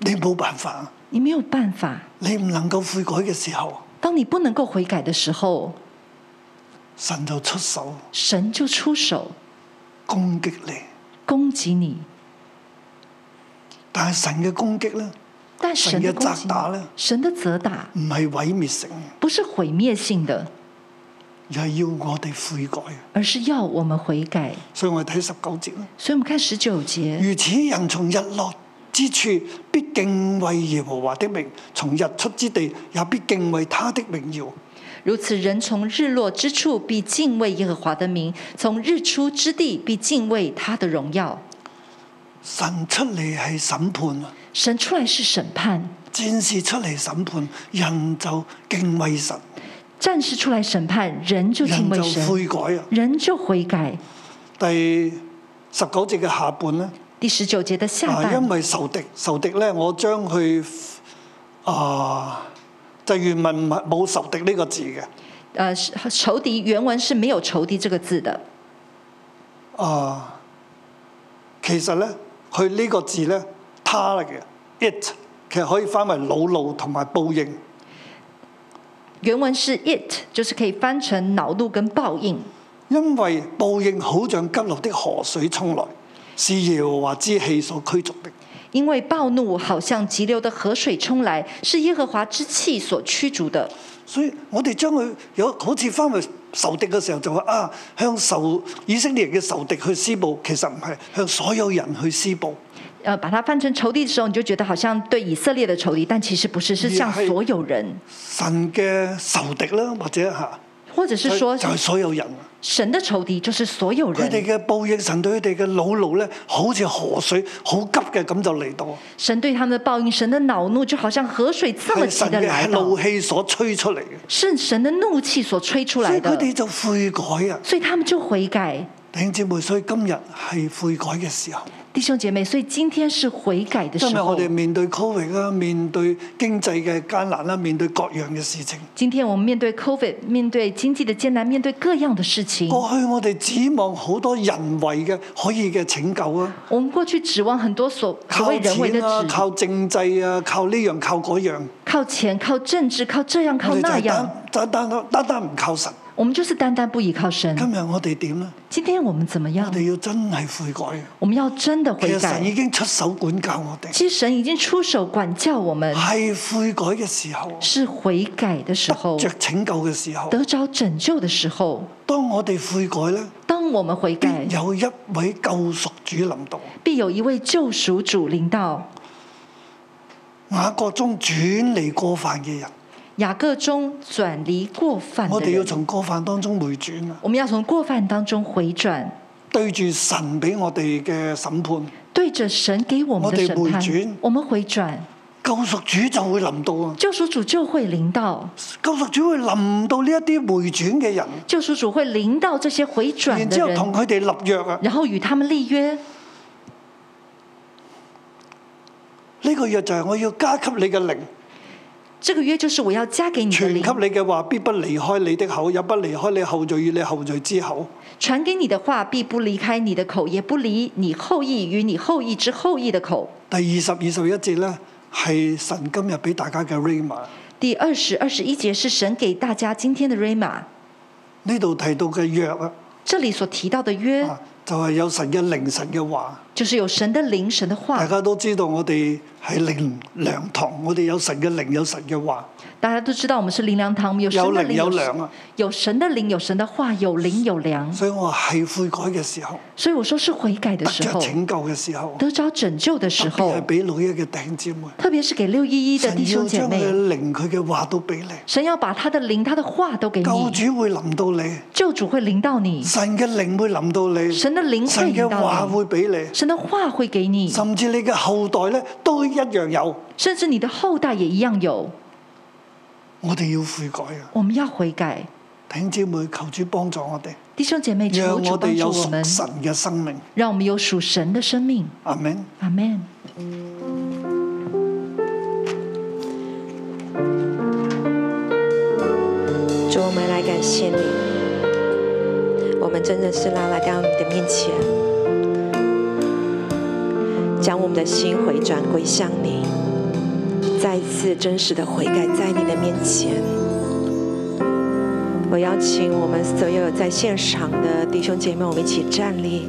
Speaker 2: 你冇辦法啊！
Speaker 3: 你没有办法。
Speaker 2: 你唔能夠悔改嘅時候，
Speaker 3: 当你不能够悔改的时候，
Speaker 2: 神就出手
Speaker 3: 神就出手
Speaker 2: 攻擊你。
Speaker 3: 攻击你。
Speaker 2: 但係神嘅攻擊咧，
Speaker 3: 但神的
Speaker 2: 神嘅
Speaker 3: 攻
Speaker 2: 責
Speaker 3: 击
Speaker 2: 打呢，
Speaker 3: 神的责打
Speaker 2: 唔係毀滅性，
Speaker 3: 不是毁灭性的，
Speaker 2: 而係要我哋悔改。
Speaker 3: 而是要我们悔改。
Speaker 2: 所以我哋睇十九節啦。
Speaker 3: 所以我们看十九节，
Speaker 2: 如此人從日落之處必敬畏耶和華的名，從日出之地也必敬畏他的榮耀。
Speaker 3: 如此人从日落之处必敬畏耶和华的名，从日出之地必敬畏他的荣耀。
Speaker 2: 神出嚟係審判啊！
Speaker 3: 神出来是审判，
Speaker 2: 戰士出嚟審判，人就敬畏神，
Speaker 3: 战士出来审判，人就敬
Speaker 2: 人
Speaker 3: 畏
Speaker 2: 就
Speaker 3: 神，
Speaker 2: 悔改啊！
Speaker 3: 人就悔改。
Speaker 2: 第十九節嘅下半咧，
Speaker 3: 第十九节的下
Speaker 2: 啊，因
Speaker 3: 半，
Speaker 2: 為仇敵，仇敵咧，我將佢啊，就原文唔係冇仇敵呢個字嘅，
Speaker 3: 呃，是仇敌原文是没有仇敌这个字的。
Speaker 2: 啊，其實咧，佢呢個字咧，他嚟嘅，it 其實可以翻為惱怒同埋報應。
Speaker 3: 原文是 it，就是可以翻成恼怒跟报应，
Speaker 2: 因為報應好像急流的河水沖來，是耶和華之氣所驅逐的。
Speaker 3: 因为暴怒好像急流的河水冲来，是耶和华之气所驱逐的。
Speaker 2: 所以我哋將佢有好似翻去仇敵嘅時候就話啊，向仇以色列人嘅仇敵去施暴，其實唔係向所有人去施暴，
Speaker 3: 呃，把它翻成仇敌的时候，你就觉得好像对以色列的仇敌，但其实不是，是向
Speaker 2: 也是
Speaker 3: 所有人，
Speaker 2: 神嘅仇敵啦，或者嚇
Speaker 3: 或者是
Speaker 2: 就
Speaker 3: 说
Speaker 2: 就係所有人。
Speaker 3: 神的仇敌就是所有
Speaker 2: 佢
Speaker 3: 人。
Speaker 2: 哋嘅報應，神對佢哋嘅惱怒咧，好似河水好急嘅咁就嚟到，
Speaker 3: 神对他们的报应，神的恼怒就好像河水这么
Speaker 2: 係
Speaker 3: 急
Speaker 2: 神
Speaker 3: 的来
Speaker 2: 嘅
Speaker 3: 到
Speaker 2: 怒，氣所吹出嚟嘅，
Speaker 3: 是神的怒气所吹出
Speaker 2: 所
Speaker 3: 来
Speaker 2: 以佢
Speaker 3: 的，
Speaker 2: 哋就悔改啊！
Speaker 3: 所以他们就悔改。
Speaker 2: 弟兄姊妹，所以今日係悔改嘅時候，
Speaker 3: 弟兄姐妹，所以今天是悔改的
Speaker 2: 今
Speaker 3: 时
Speaker 2: 日
Speaker 3: 候
Speaker 2: 我。哋面對 Covid 啦，面對經濟嘅艱難啦，面對各樣嘅事情。
Speaker 3: 今天我们面对 COVID，面对经济的艰难，面对各样的事情，
Speaker 2: 過去我哋指望好多人為嘅可以嘅拯救啊，
Speaker 3: 我们过去指望很多所所
Speaker 2: 靠
Speaker 3: 谓人为的
Speaker 2: 錢啊，
Speaker 3: 指，
Speaker 2: 靠政制啊，靠呢樣靠嗰樣，
Speaker 3: 靠钱、靠政治、靠这样、靠
Speaker 2: 我哋就
Speaker 3: 那
Speaker 2: 係
Speaker 3: 样，
Speaker 2: 單單單單單唔靠神。
Speaker 3: 我们就是单单不依靠神。
Speaker 2: 今日我哋點呢？
Speaker 3: 今天我们怎么
Speaker 2: 我
Speaker 3: 样？
Speaker 2: 哋要真係悔改啊。
Speaker 3: 我们要真的
Speaker 2: 其
Speaker 3: 悔
Speaker 2: 實神已
Speaker 3: 改。
Speaker 2: 經出手管教我哋，
Speaker 3: 其实神已经出手管教我们，
Speaker 2: 係悔改嘅時候，
Speaker 3: 是悔改的时候
Speaker 2: 得，着拯救嘅時候。
Speaker 3: 得着拯救的时候。
Speaker 2: 當我哋悔改咧，
Speaker 3: 当我们悔改，
Speaker 2: 必有一位救贖主臨到。
Speaker 3: 必有一位救赎主领导
Speaker 2: 雅各中轉離過犯嘅人，
Speaker 3: 雅各中转离过犯
Speaker 2: 我
Speaker 3: 的
Speaker 2: 哋要
Speaker 3: 人。
Speaker 2: 從過犯當中回轉啊，
Speaker 3: 我们要从过犯当中回转，
Speaker 2: 對住神俾我哋嘅審判，
Speaker 3: 对着神给我们的审
Speaker 2: 我哋回
Speaker 3: 判
Speaker 2: 转，
Speaker 3: 我们回转，
Speaker 2: 救贖主就會臨到啊！
Speaker 3: 救赎主就会临到，
Speaker 2: 救贖主會臨到呢一啲回轉嘅人，
Speaker 3: 救赎主会临到这些回转
Speaker 2: 然之
Speaker 3: 的
Speaker 2: 後同
Speaker 3: 人，
Speaker 2: 佢哋立約啊！
Speaker 3: 然后与他们立约。
Speaker 2: 呢、個約就係我要加給你嘅靈，
Speaker 3: 这个约就是我要加给你的
Speaker 2: 傳
Speaker 3: 灵，
Speaker 2: 給你嘅話必不離開你的口，也不離開你後裔與你後裔之口。
Speaker 3: 传给你的话必不离开你的口，也不离你后裔与你后裔之后裔的口。
Speaker 2: 第二十二十一節呢，係神今日俾大家嘅 rama。
Speaker 3: 第二十二十一节是神给大家今天的 rama，
Speaker 2: 呢度提到嘅約啊，
Speaker 3: 这里所提到的约
Speaker 2: 啊就係、有神嘅靈、神嘅話。
Speaker 3: 就是有神的灵、神的
Speaker 2: 大
Speaker 3: 话。
Speaker 2: 家都知道我哋係靈糧堂，我哋有神嘅靈，有神嘅話，
Speaker 3: 大家都知道我们是灵粮堂，我们有神的灵，
Speaker 2: 有灵有
Speaker 3: 神
Speaker 2: 粮啊
Speaker 3: 有神的灵，有神的话，有灵有粮。
Speaker 2: 所以我話係悔改嘅時候，
Speaker 3: 所以我说是悔改的
Speaker 2: 得
Speaker 3: 时
Speaker 2: 着
Speaker 3: 候，
Speaker 2: 拯救嘅時候，
Speaker 3: 得着拯救的时
Speaker 2: 特別
Speaker 3: 候
Speaker 2: 係，俾老一嘅弟兄姊妹，
Speaker 3: 特别是给六一一的弟
Speaker 2: 神要
Speaker 3: 兄姐
Speaker 2: 將佢
Speaker 3: 妹
Speaker 2: 嘅，靈、佢嘅話都俾你。
Speaker 3: 神要把他的灵、他的话都给
Speaker 2: 救
Speaker 3: 你，
Speaker 2: 主會臨到你，
Speaker 3: 救主会临到你，
Speaker 2: 神嘅靈會臨到你，
Speaker 3: 神的灵
Speaker 2: 神
Speaker 3: 会
Speaker 2: 嘅
Speaker 3: 临
Speaker 2: 話
Speaker 3: 到你，
Speaker 2: 會俾你，
Speaker 3: 神的话会给你，
Speaker 2: 甚至你嘅後代呢都一樣有。
Speaker 3: 甚至你的后代也一样有。
Speaker 2: 我哋要悔改啊！
Speaker 3: 我们要悔改，
Speaker 2: 弟兄姊妹，求主幫助我哋，
Speaker 3: 弟兄姐妹，
Speaker 2: 讓
Speaker 3: 求主
Speaker 2: 我哋
Speaker 3: 帮助
Speaker 2: 有
Speaker 3: 我
Speaker 2: 屬
Speaker 3: 们，
Speaker 2: 神嘅生命。
Speaker 3: 让我们有属神的生命。
Speaker 2: 阿明，
Speaker 3: 阿门。
Speaker 4: 主，我们来感谢你，我们真的是要来到你的面前，将我们的心回转归向你，再一次真实的悔改在你的面前。我邀请我们所有在现场的弟兄姐妹，我们一起站立；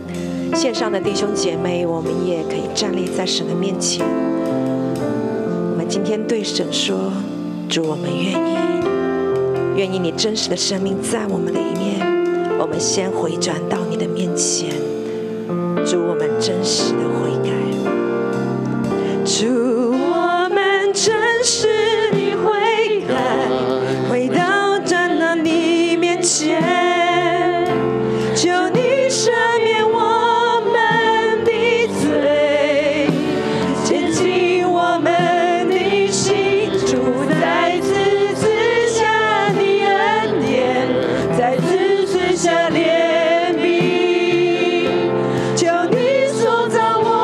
Speaker 4: 线上的弟兄姐妹，我们也可以站立在神的面前。我们今天对神说：“主，我们愿意。”愿意你真实的生命在我们的一面，我们先回转到你的面前，主，我们真实的悔改，主，我们真实的悔改，回到站到你面前，求你赦免我们的罪，洁净我们的心，主再次赐下你恩典，再次赐下怜悯，求你塑造我。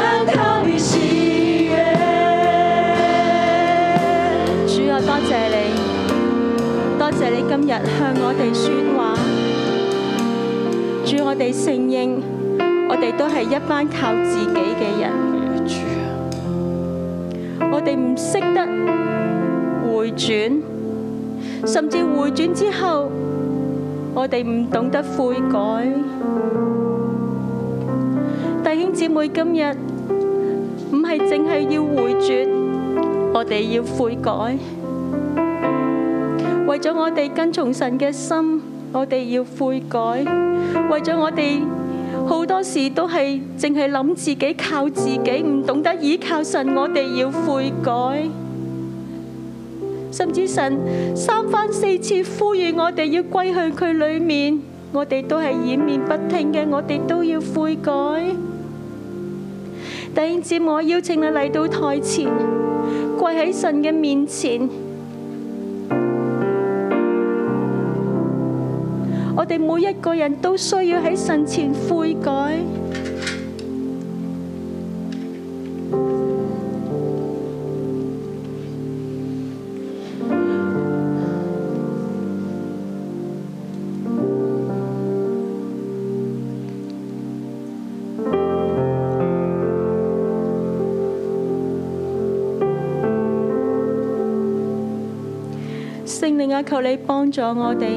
Speaker 5: 啊
Speaker 6: 承認，我哋都係一班靠自己嘅人，我哋唔識得回轉，甚至回轉之後，我哋唔懂得悔改。弟兄姊妹，今日唔係淨係要回轉，我哋要悔改。为咗我哋跟从神嘅心，我哋要悔改；为咗我哋好多时都系净系谂自己靠自己，唔懂得倚靠神，我哋要悔改。甚至神三番四次呼吁我哋要归向佢里面，我哋都系掩面不听嘅，我哋都要悔改。弟兄姊妹，我邀请你嚟到台前，跪喺神嘅面前。我哋每一個人都需要喺神前悔改。聖靈啊，求你幫助我哋。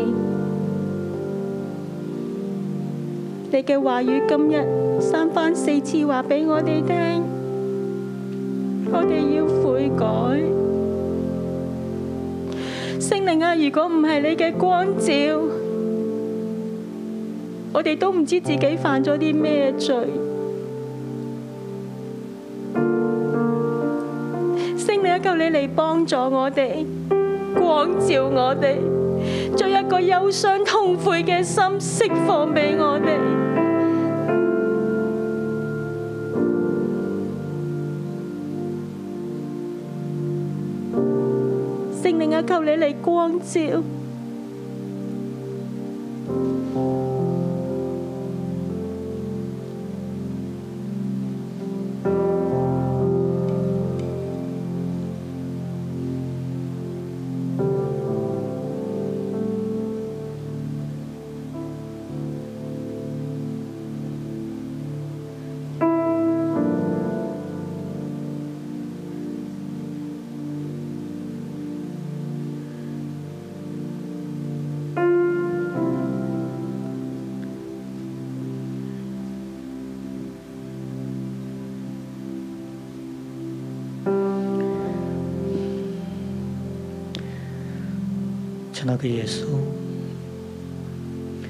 Speaker 6: 你嘅話語今日三番四次話俾我哋聽，我哋要悔改。聖靈啊，如果唔係你嘅光照，我哋都唔知自己犯咗啲咩罪。聖靈啊，求你嚟幫助我哋，光照我哋。将一个忧伤痛悔嘅心释放俾我哋。圣灵啊，求你嚟光照。
Speaker 7: 亲爱嘅耶穌，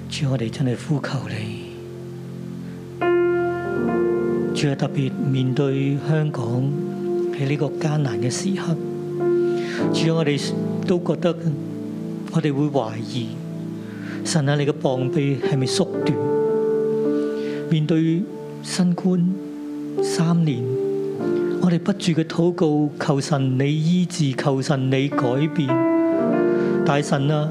Speaker 7: 主我哋真係呼求你，主啊特別面對香港喺呢個艱難嘅時刻，主啊我哋都覺得我哋會懷疑神啊你嘅膀臂係咪縮短？面對新冠三年，我哋不住嘅禱告，求神你醫治，求神你改變。大神啊，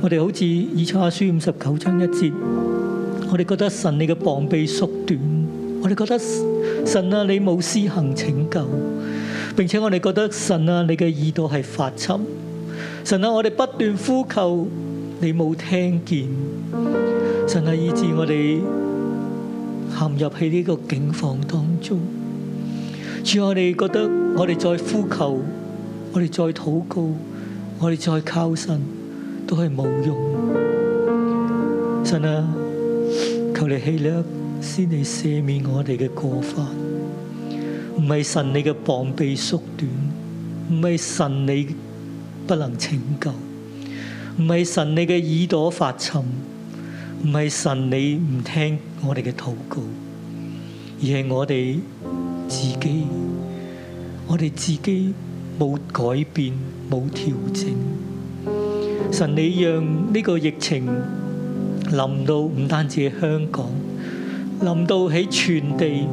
Speaker 7: 我哋好似以賽亞書五十九章一節，我哋覺得神你嘅膀臂縮短，我哋覺得神啊你冇施行拯救，並且我哋覺得神啊你嘅耳朵係發沉，神啊我哋不斷呼求，你冇聽見，神啊以致我哋陷入喺呢個境況當中，主啊我哋覺得我哋再呼求，我哋再禱告。我哋再靠神都係冇用。神啊，求你氣力先你赦免我哋嘅過犯，唔係神你嘅膀臂縮短，唔係神你不能拯救，唔係神你嘅耳朵發沉，唔係神你唔聽我哋嘅禱告，而係我哋自己，我哋自己冇改變，冇調整。神，你讓呢個疫情臨到唔單止係香港，臨到喺全地，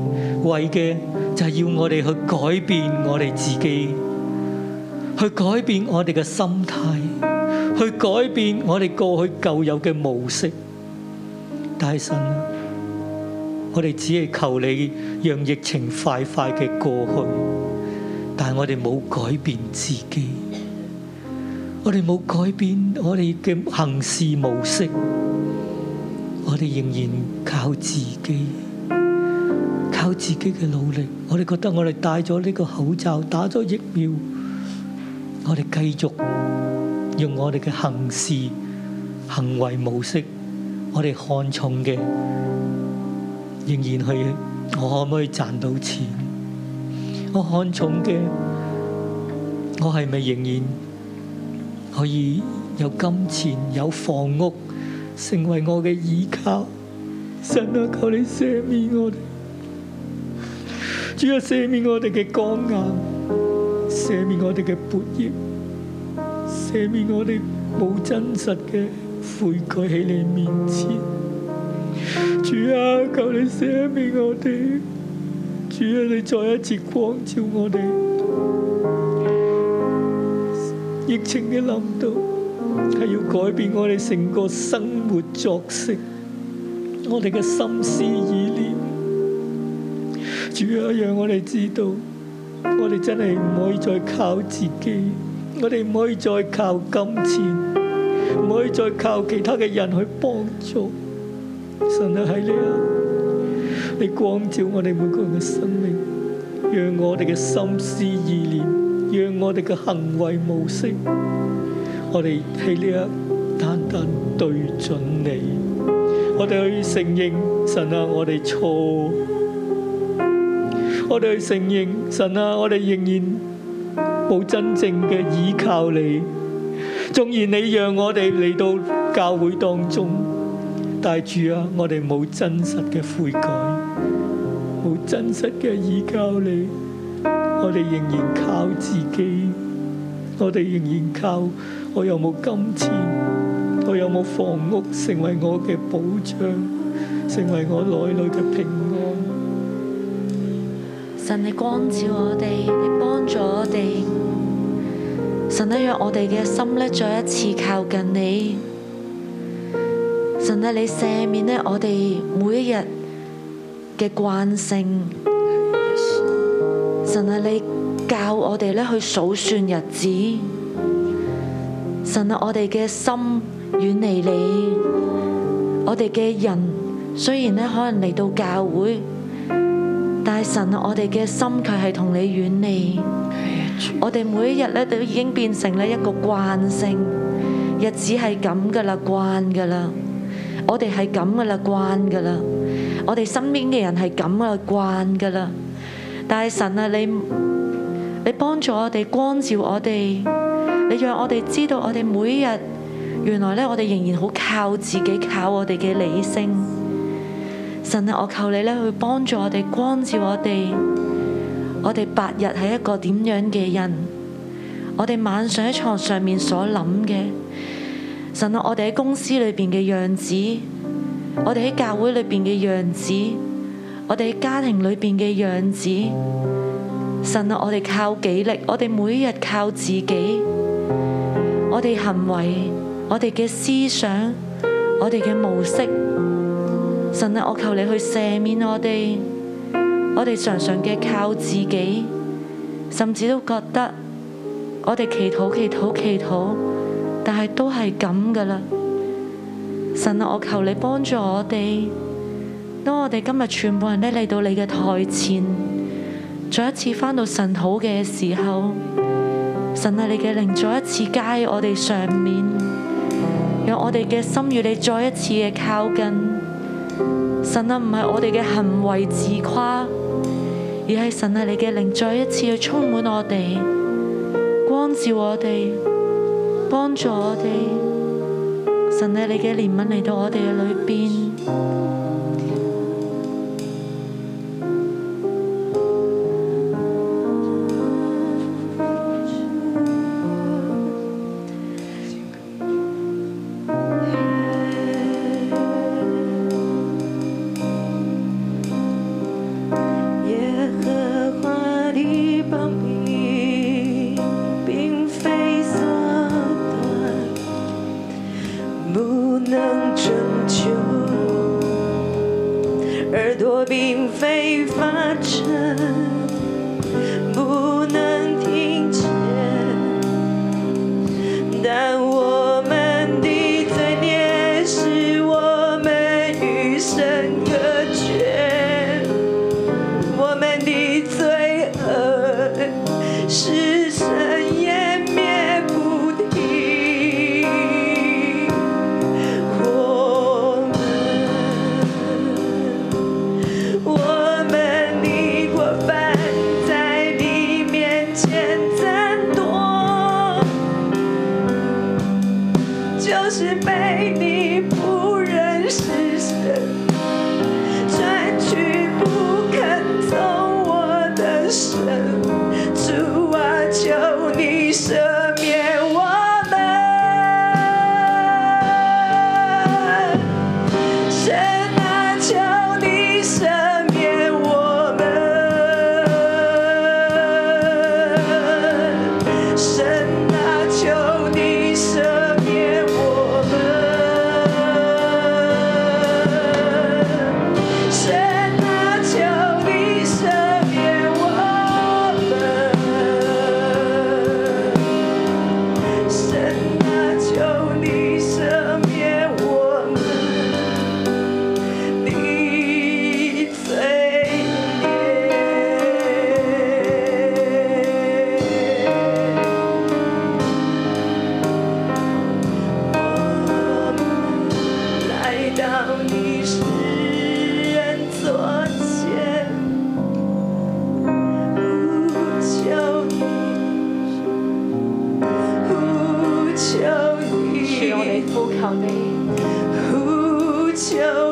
Speaker 7: 為嘅就係要我哋去改變我哋自己，去改變我哋嘅心態，去改變我哋過去舊有嘅模式。大神啊，我哋只係求你讓疫情快快嘅過去。但係我哋冇改變自己，我哋冇改變我哋嘅行事模式，
Speaker 8: 我哋仍然靠自己，靠自己嘅努力。我哋覺得我哋戴咗呢個口罩，打咗疫苗，我哋繼續用我哋嘅行事行為模式，我哋看重嘅，仍然去我可唔可以賺到錢？我看重嘅，我係咪仍然可以有金錢、有房屋，成為我嘅依靠？神啊，求你赦免我哋，主啊，赦免我哋嘅光硬，赦免我哋嘅悖逆，赦免我哋冇真實嘅悔改喺你面前。主啊，求你赦免我哋。主啊，你再一次光照我哋。疫情嘅臨到係要改變我哋成個生活作息，我哋嘅心思意念。主啊，讓我哋知道，我哋真係唔可以再靠自己，我哋唔可以再靠金錢，唔可以再靠其他嘅人去幫助。神啊，係你啊！你光照我哋每個人嘅生命，讓我哋嘅心思意念，讓我哋嘅行為模式，我哋喺呢一刻單單對準你，我哋去承認神啊，我哋錯，我哋去承認神啊，我哋仍然冇真正嘅依靠你，縱然你讓我哋嚟到教會當中。大主啊，我哋冇真實嘅悔改，冇真實嘅依靠你，我哋仍然靠自己，我哋仍然靠我有冇金錢，我有冇房屋成為我嘅保障，成為我內裏嘅平安。
Speaker 5: 神你光照我哋，你幫助我哋，神咧讓我哋嘅心咧再一次靠近你，神咧你赦免咧我哋每一日嘅慣性，神啊你教我哋咧去數算日子，神啊我哋嘅心遠離你，我哋嘅人雖然咧可能嚟到教會。但係神啊，我哋嘅心佢係同你遠離，我哋每一日咧都已經變成咧一個慣性，日子係咁噶啦，慣噶啦，我哋係咁噶啦，慣噶啦，我哋身邊嘅人係咁噶啦，慣噶啦。但係神啊，你你幫助我哋，光照我哋，你讓我哋知道我哋每一日原來咧，我哋仍然好靠自己，靠我哋嘅理性。神啊，我求你咧去幫助我哋，光照我哋。我哋白日係一個點樣嘅人？我哋晚上喺床上面所諗嘅，神啊，我哋喺公司裏邊嘅樣子，我哋喺教會裏邊嘅樣子，我哋喺家庭裏邊嘅樣子。神啊，我哋靠己力，我哋每日靠自己，我哋行為，我哋嘅思想，我哋嘅模式。神啊，我求你去赦免我哋，我哋常常嘅靠自己，甚至都覺得我哋祈禱、祈禱、祈禱，但係都係咁噶啦。神啊，我求你幫助我哋，當我哋今日全部人咧嚟到你嘅台前，再一次返到神好嘅時候，神啊，你嘅靈再一次加喺我哋上面，讓我哋嘅心與你再一次嘅靠近。神啊，唔係我哋嘅行為自誇，而係神啊，你嘅靈再一次去充滿我哋，光照我哋，幫助我哋。神啊，你嘅憐憫嚟到我哋嘅裏邊。
Speaker 9: 耶和华的膀臂，并非撒旦不能拯救，耳朵并非发沉，不能听见。但我们的罪孽使我们啊啊
Speaker 4: 啊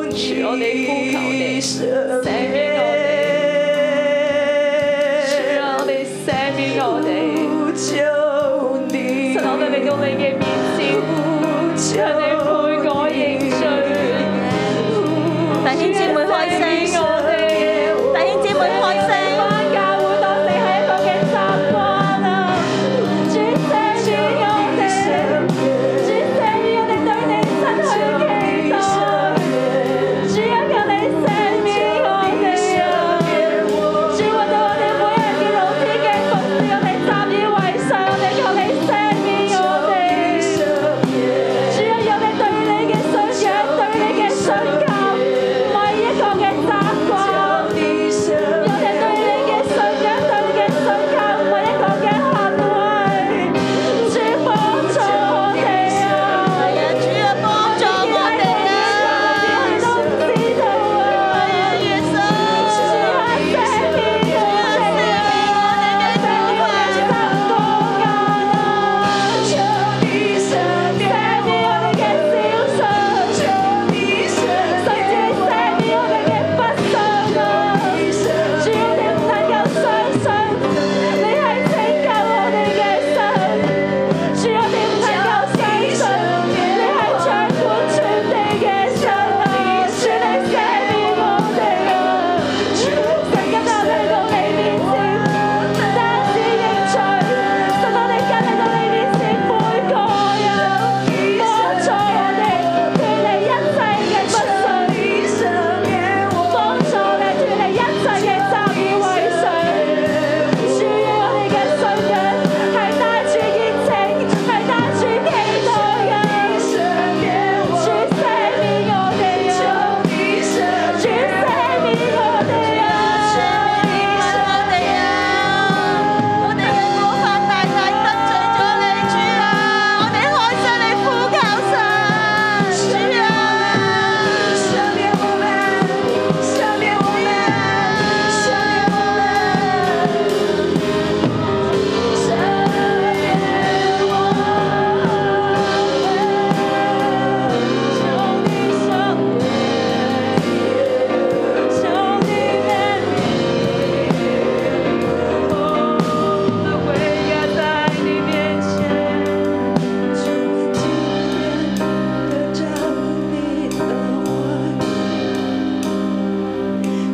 Speaker 4: 赦免我哋，
Speaker 5: 我哋，啊主啊，我哋赦免我哋，
Speaker 4: 呼求你，
Speaker 5: 神啊，我哋嚟到你嘅面前，
Speaker 4: 呼
Speaker 5: 向你
Speaker 4: 求
Speaker 5: 悔改認罪啊，
Speaker 6: 弟兄姊妹開
Speaker 5: 赦免
Speaker 6: 聲，
Speaker 5: 我哋。
Speaker 6: 弟兄姊妹開聲。
Speaker 5: 翻教會當時係一個嘅習慣啊！主赦免我哋，主赦免我哋對你失去嘅愛，主啊求你赦免我哋啊！主為到我哋每日嘅老師嘅服侍，我哋習以為常，我哋求你赦免我哋。主啊，讓你對你嘅信仰、對你嘅信靠，唔係一個嘅習慣。讓你對你嘅信仰、對你嘅信靠，唔係一個嘅行為。主幫助我哋啊！主啊，幫助我哋啊！都知道啊！主啊，赦免我哋啊！赦免我哋嘅過犯啊！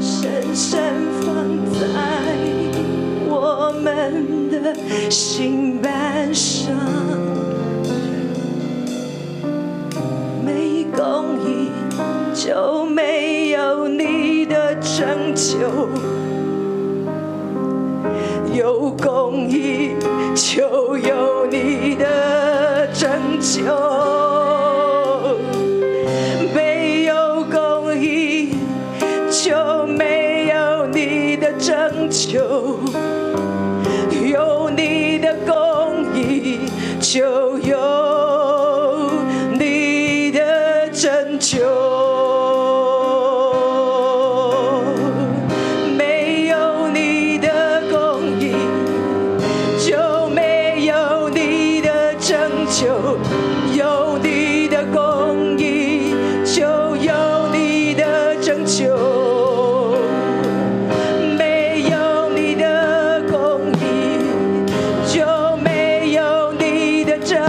Speaker 4: 深深放在我们的心板上，没公义就没有你的拯救，有公义就有你的拯救。没有公义，就没有你的拯救；有你的公义，就有你的拯救。没有你的公义，就没有你的拯救，有你的公义，就有你的拯救。没有你的公义，就没有你的拯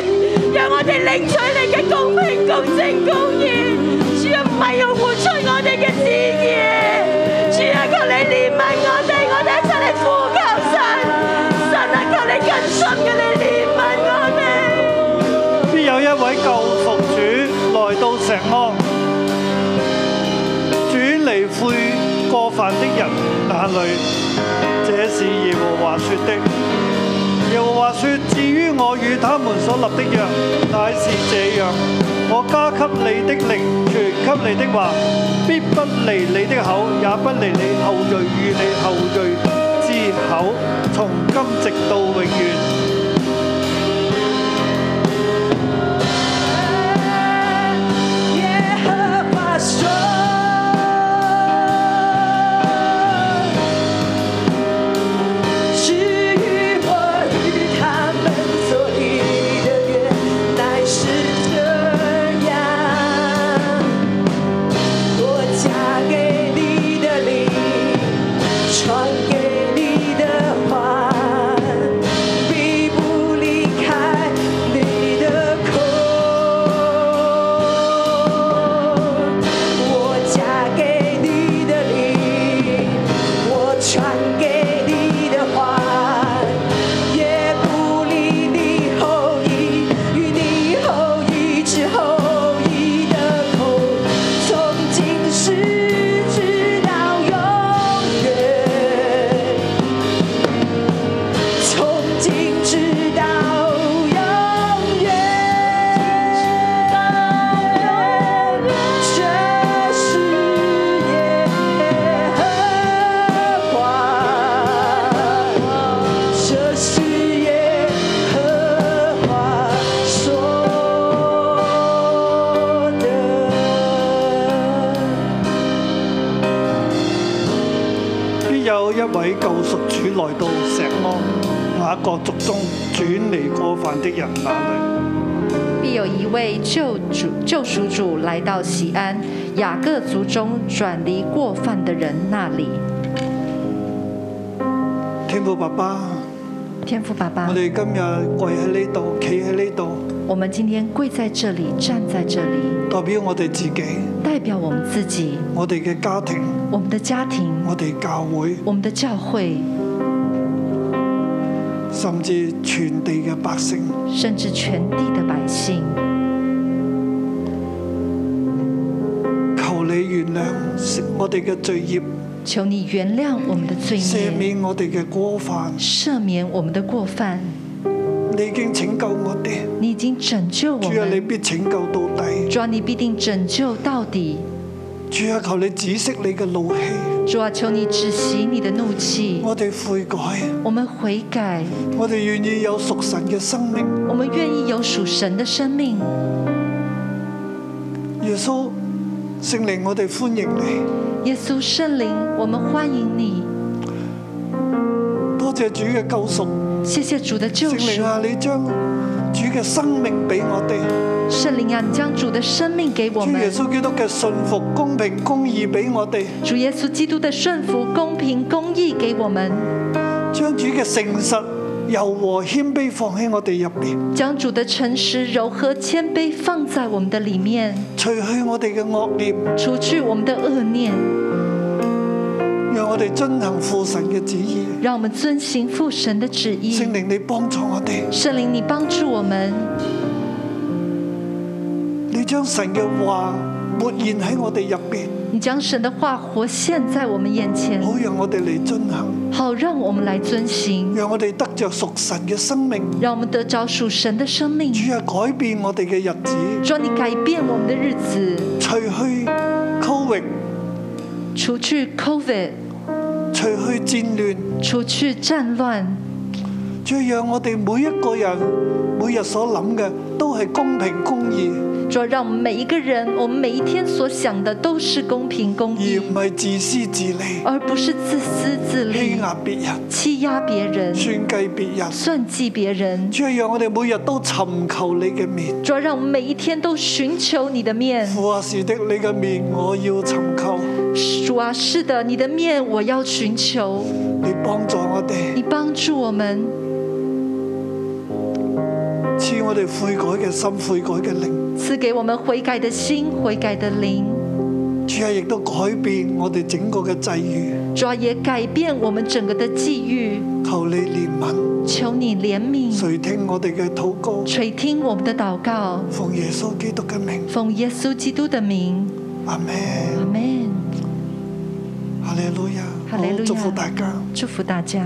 Speaker 6: 領取你嘅公平、公正、公義。主啊，唔係要活出我哋嘅旨意。主啊，求你憐憫我哋，我哋一齊嚟呼求神。神啊，求你更深嘅你憐憫我哋。
Speaker 10: 必有一位救贖主來到石安，主離悔過犯的人眼裏，這是耶和華說的。耶和華說：至於我與他們所立的約，乃是這樣：我加給你的靈，傳給你的話，必不離你的口，也不離你後裔與你後裔之口，從今直到永遠。
Speaker 4: 耶和華說：至於我與他們所立的約，乃是這樣：我加給你的靈，傳給你的話，必不離開你的口。我加給你的靈，我傳給你的話，也不離你後裔與你後裔之後裔的口，從今時直到永遠。從今直到永遠，這是耶和華，這是耶和華說的。
Speaker 10: 必有一位救贖主來到石安，雅各族中轉離過犯的人那裏。
Speaker 3: 必有一位救主救赎主来到西安雅各族中转离过犯的人那里。
Speaker 10: 天父爸爸，
Speaker 3: 天父爸爸
Speaker 10: 我，哋今日跪喺呢度，企喺呢度，
Speaker 3: 我们今天跪在这里，站在这里，
Speaker 10: 代表我哋自己、
Speaker 3: 代表我们自己、
Speaker 10: 我哋嘅家庭、
Speaker 3: 我们的家庭、
Speaker 10: 我哋教會，
Speaker 3: 我们的教会，
Speaker 10: 甚至全地嘅百姓。
Speaker 3: 甚至全地的百姓。
Speaker 10: 求你原諒我哋嘅罪孽，
Speaker 3: 求你原谅我们的罪
Speaker 10: 赦
Speaker 3: 孽，
Speaker 10: 免我哋嘅過犯。
Speaker 3: 赦免我们的过犯。
Speaker 10: 你已經拯救我哋，
Speaker 3: 你已经拯救我
Speaker 10: 主啊，你
Speaker 3: 们，
Speaker 10: 必拯救到底。
Speaker 3: 主啊，你必定拯救到底。
Speaker 10: 主啊，求你止息你嘅怒氣，
Speaker 3: 主啊，求你止息你的怒气，
Speaker 10: 我哋悔改，
Speaker 3: 我们悔改，
Speaker 10: 我哋願意有屬神嘅生命。
Speaker 3: 我们愿意有属神的生命。
Speaker 10: 耶穌聖靈，我哋歡迎你，
Speaker 3: 耶稣圣灵，我们欢迎你。
Speaker 10: 多謝主嘅救贖。
Speaker 3: 谢谢主的救
Speaker 10: 聖靈
Speaker 3: 赎，
Speaker 10: 啊，你將主嘅生命俾我哋，
Speaker 3: 圣灵啊，你将主的生命给我
Speaker 10: 主耶
Speaker 3: 们。
Speaker 10: 穌基督嘅信服、公平、公義俾我哋，
Speaker 3: 主耶稣基督的顺服、公平、公义给我们，
Speaker 10: 將主嘅誠實、柔和、謙卑放喺我哋入面，
Speaker 3: 将主的诚实、柔和、谦卑放在我们的里面，
Speaker 10: 除去我哋嘅惡念，
Speaker 3: 除去我们的恶念，
Speaker 10: 讓我哋遵行父神嘅旨意。
Speaker 3: 让我们遵行父神的旨意。
Speaker 10: 聖靈，你幫助我哋，
Speaker 3: 圣灵，你帮助我们，
Speaker 10: 你將神嘅話活現喺我哋入面，
Speaker 3: 你将神的话活现在我们眼前，
Speaker 10: 好讓我哋嚟遵行，
Speaker 3: 好让我们来遵行，
Speaker 10: 讓我哋得着屬神嘅生命。
Speaker 3: 让我们得着属神的生命。
Speaker 10: 主啊，改變我哋嘅日子。
Speaker 3: 主啊，你改变我们的日子，
Speaker 10: 除去 Covid，
Speaker 3: 除去 COVID，
Speaker 10: 除去戰亂，
Speaker 3: 除去战乱，
Speaker 10: 最讓我哋每一個人每日所諗嘅都係公平公義，
Speaker 3: 主要让我们每一个人，我们每一天所想的都是公平公
Speaker 10: 而
Speaker 3: 义，
Speaker 10: 唔係自私自利、
Speaker 3: 而不是自私自
Speaker 10: 欺
Speaker 3: 利、
Speaker 10: 壓別人、
Speaker 3: 欺压别人、
Speaker 10: 算計別人。
Speaker 3: 算计别人。
Speaker 10: 主係讓我哋每日都尋求你嘅面。
Speaker 3: 主要让我们每一天都寻求你的面。
Speaker 10: 父啊，是的，你嘅面我要尋求，
Speaker 3: 主啊，是的，你的面我要寻求，
Speaker 10: 你幫助我哋，
Speaker 3: 你帮助我们，
Speaker 2: 賜我哋悔改嘅心、悔改嘅靈。
Speaker 3: 赐给我们悔改的心、悔改的灵。
Speaker 2: 主啊，亦都改變我哋整個嘅際遇。
Speaker 3: 主啊，也改变我们整个的际遇。
Speaker 2: 求你憐憫，
Speaker 3: 求你怜悯，
Speaker 2: 垂聽我哋嘅禱告。
Speaker 3: 垂听我们的祷告，
Speaker 2: 奉耶穌基督嘅名，
Speaker 3: 奉耶稣基督的名，
Speaker 2: 阿
Speaker 3: 阿
Speaker 2: 門。
Speaker 3: 门。
Speaker 2: 哈利路亞。
Speaker 3: 哈利路亞
Speaker 2: 哦祝福大家。
Speaker 3: 祝福大家。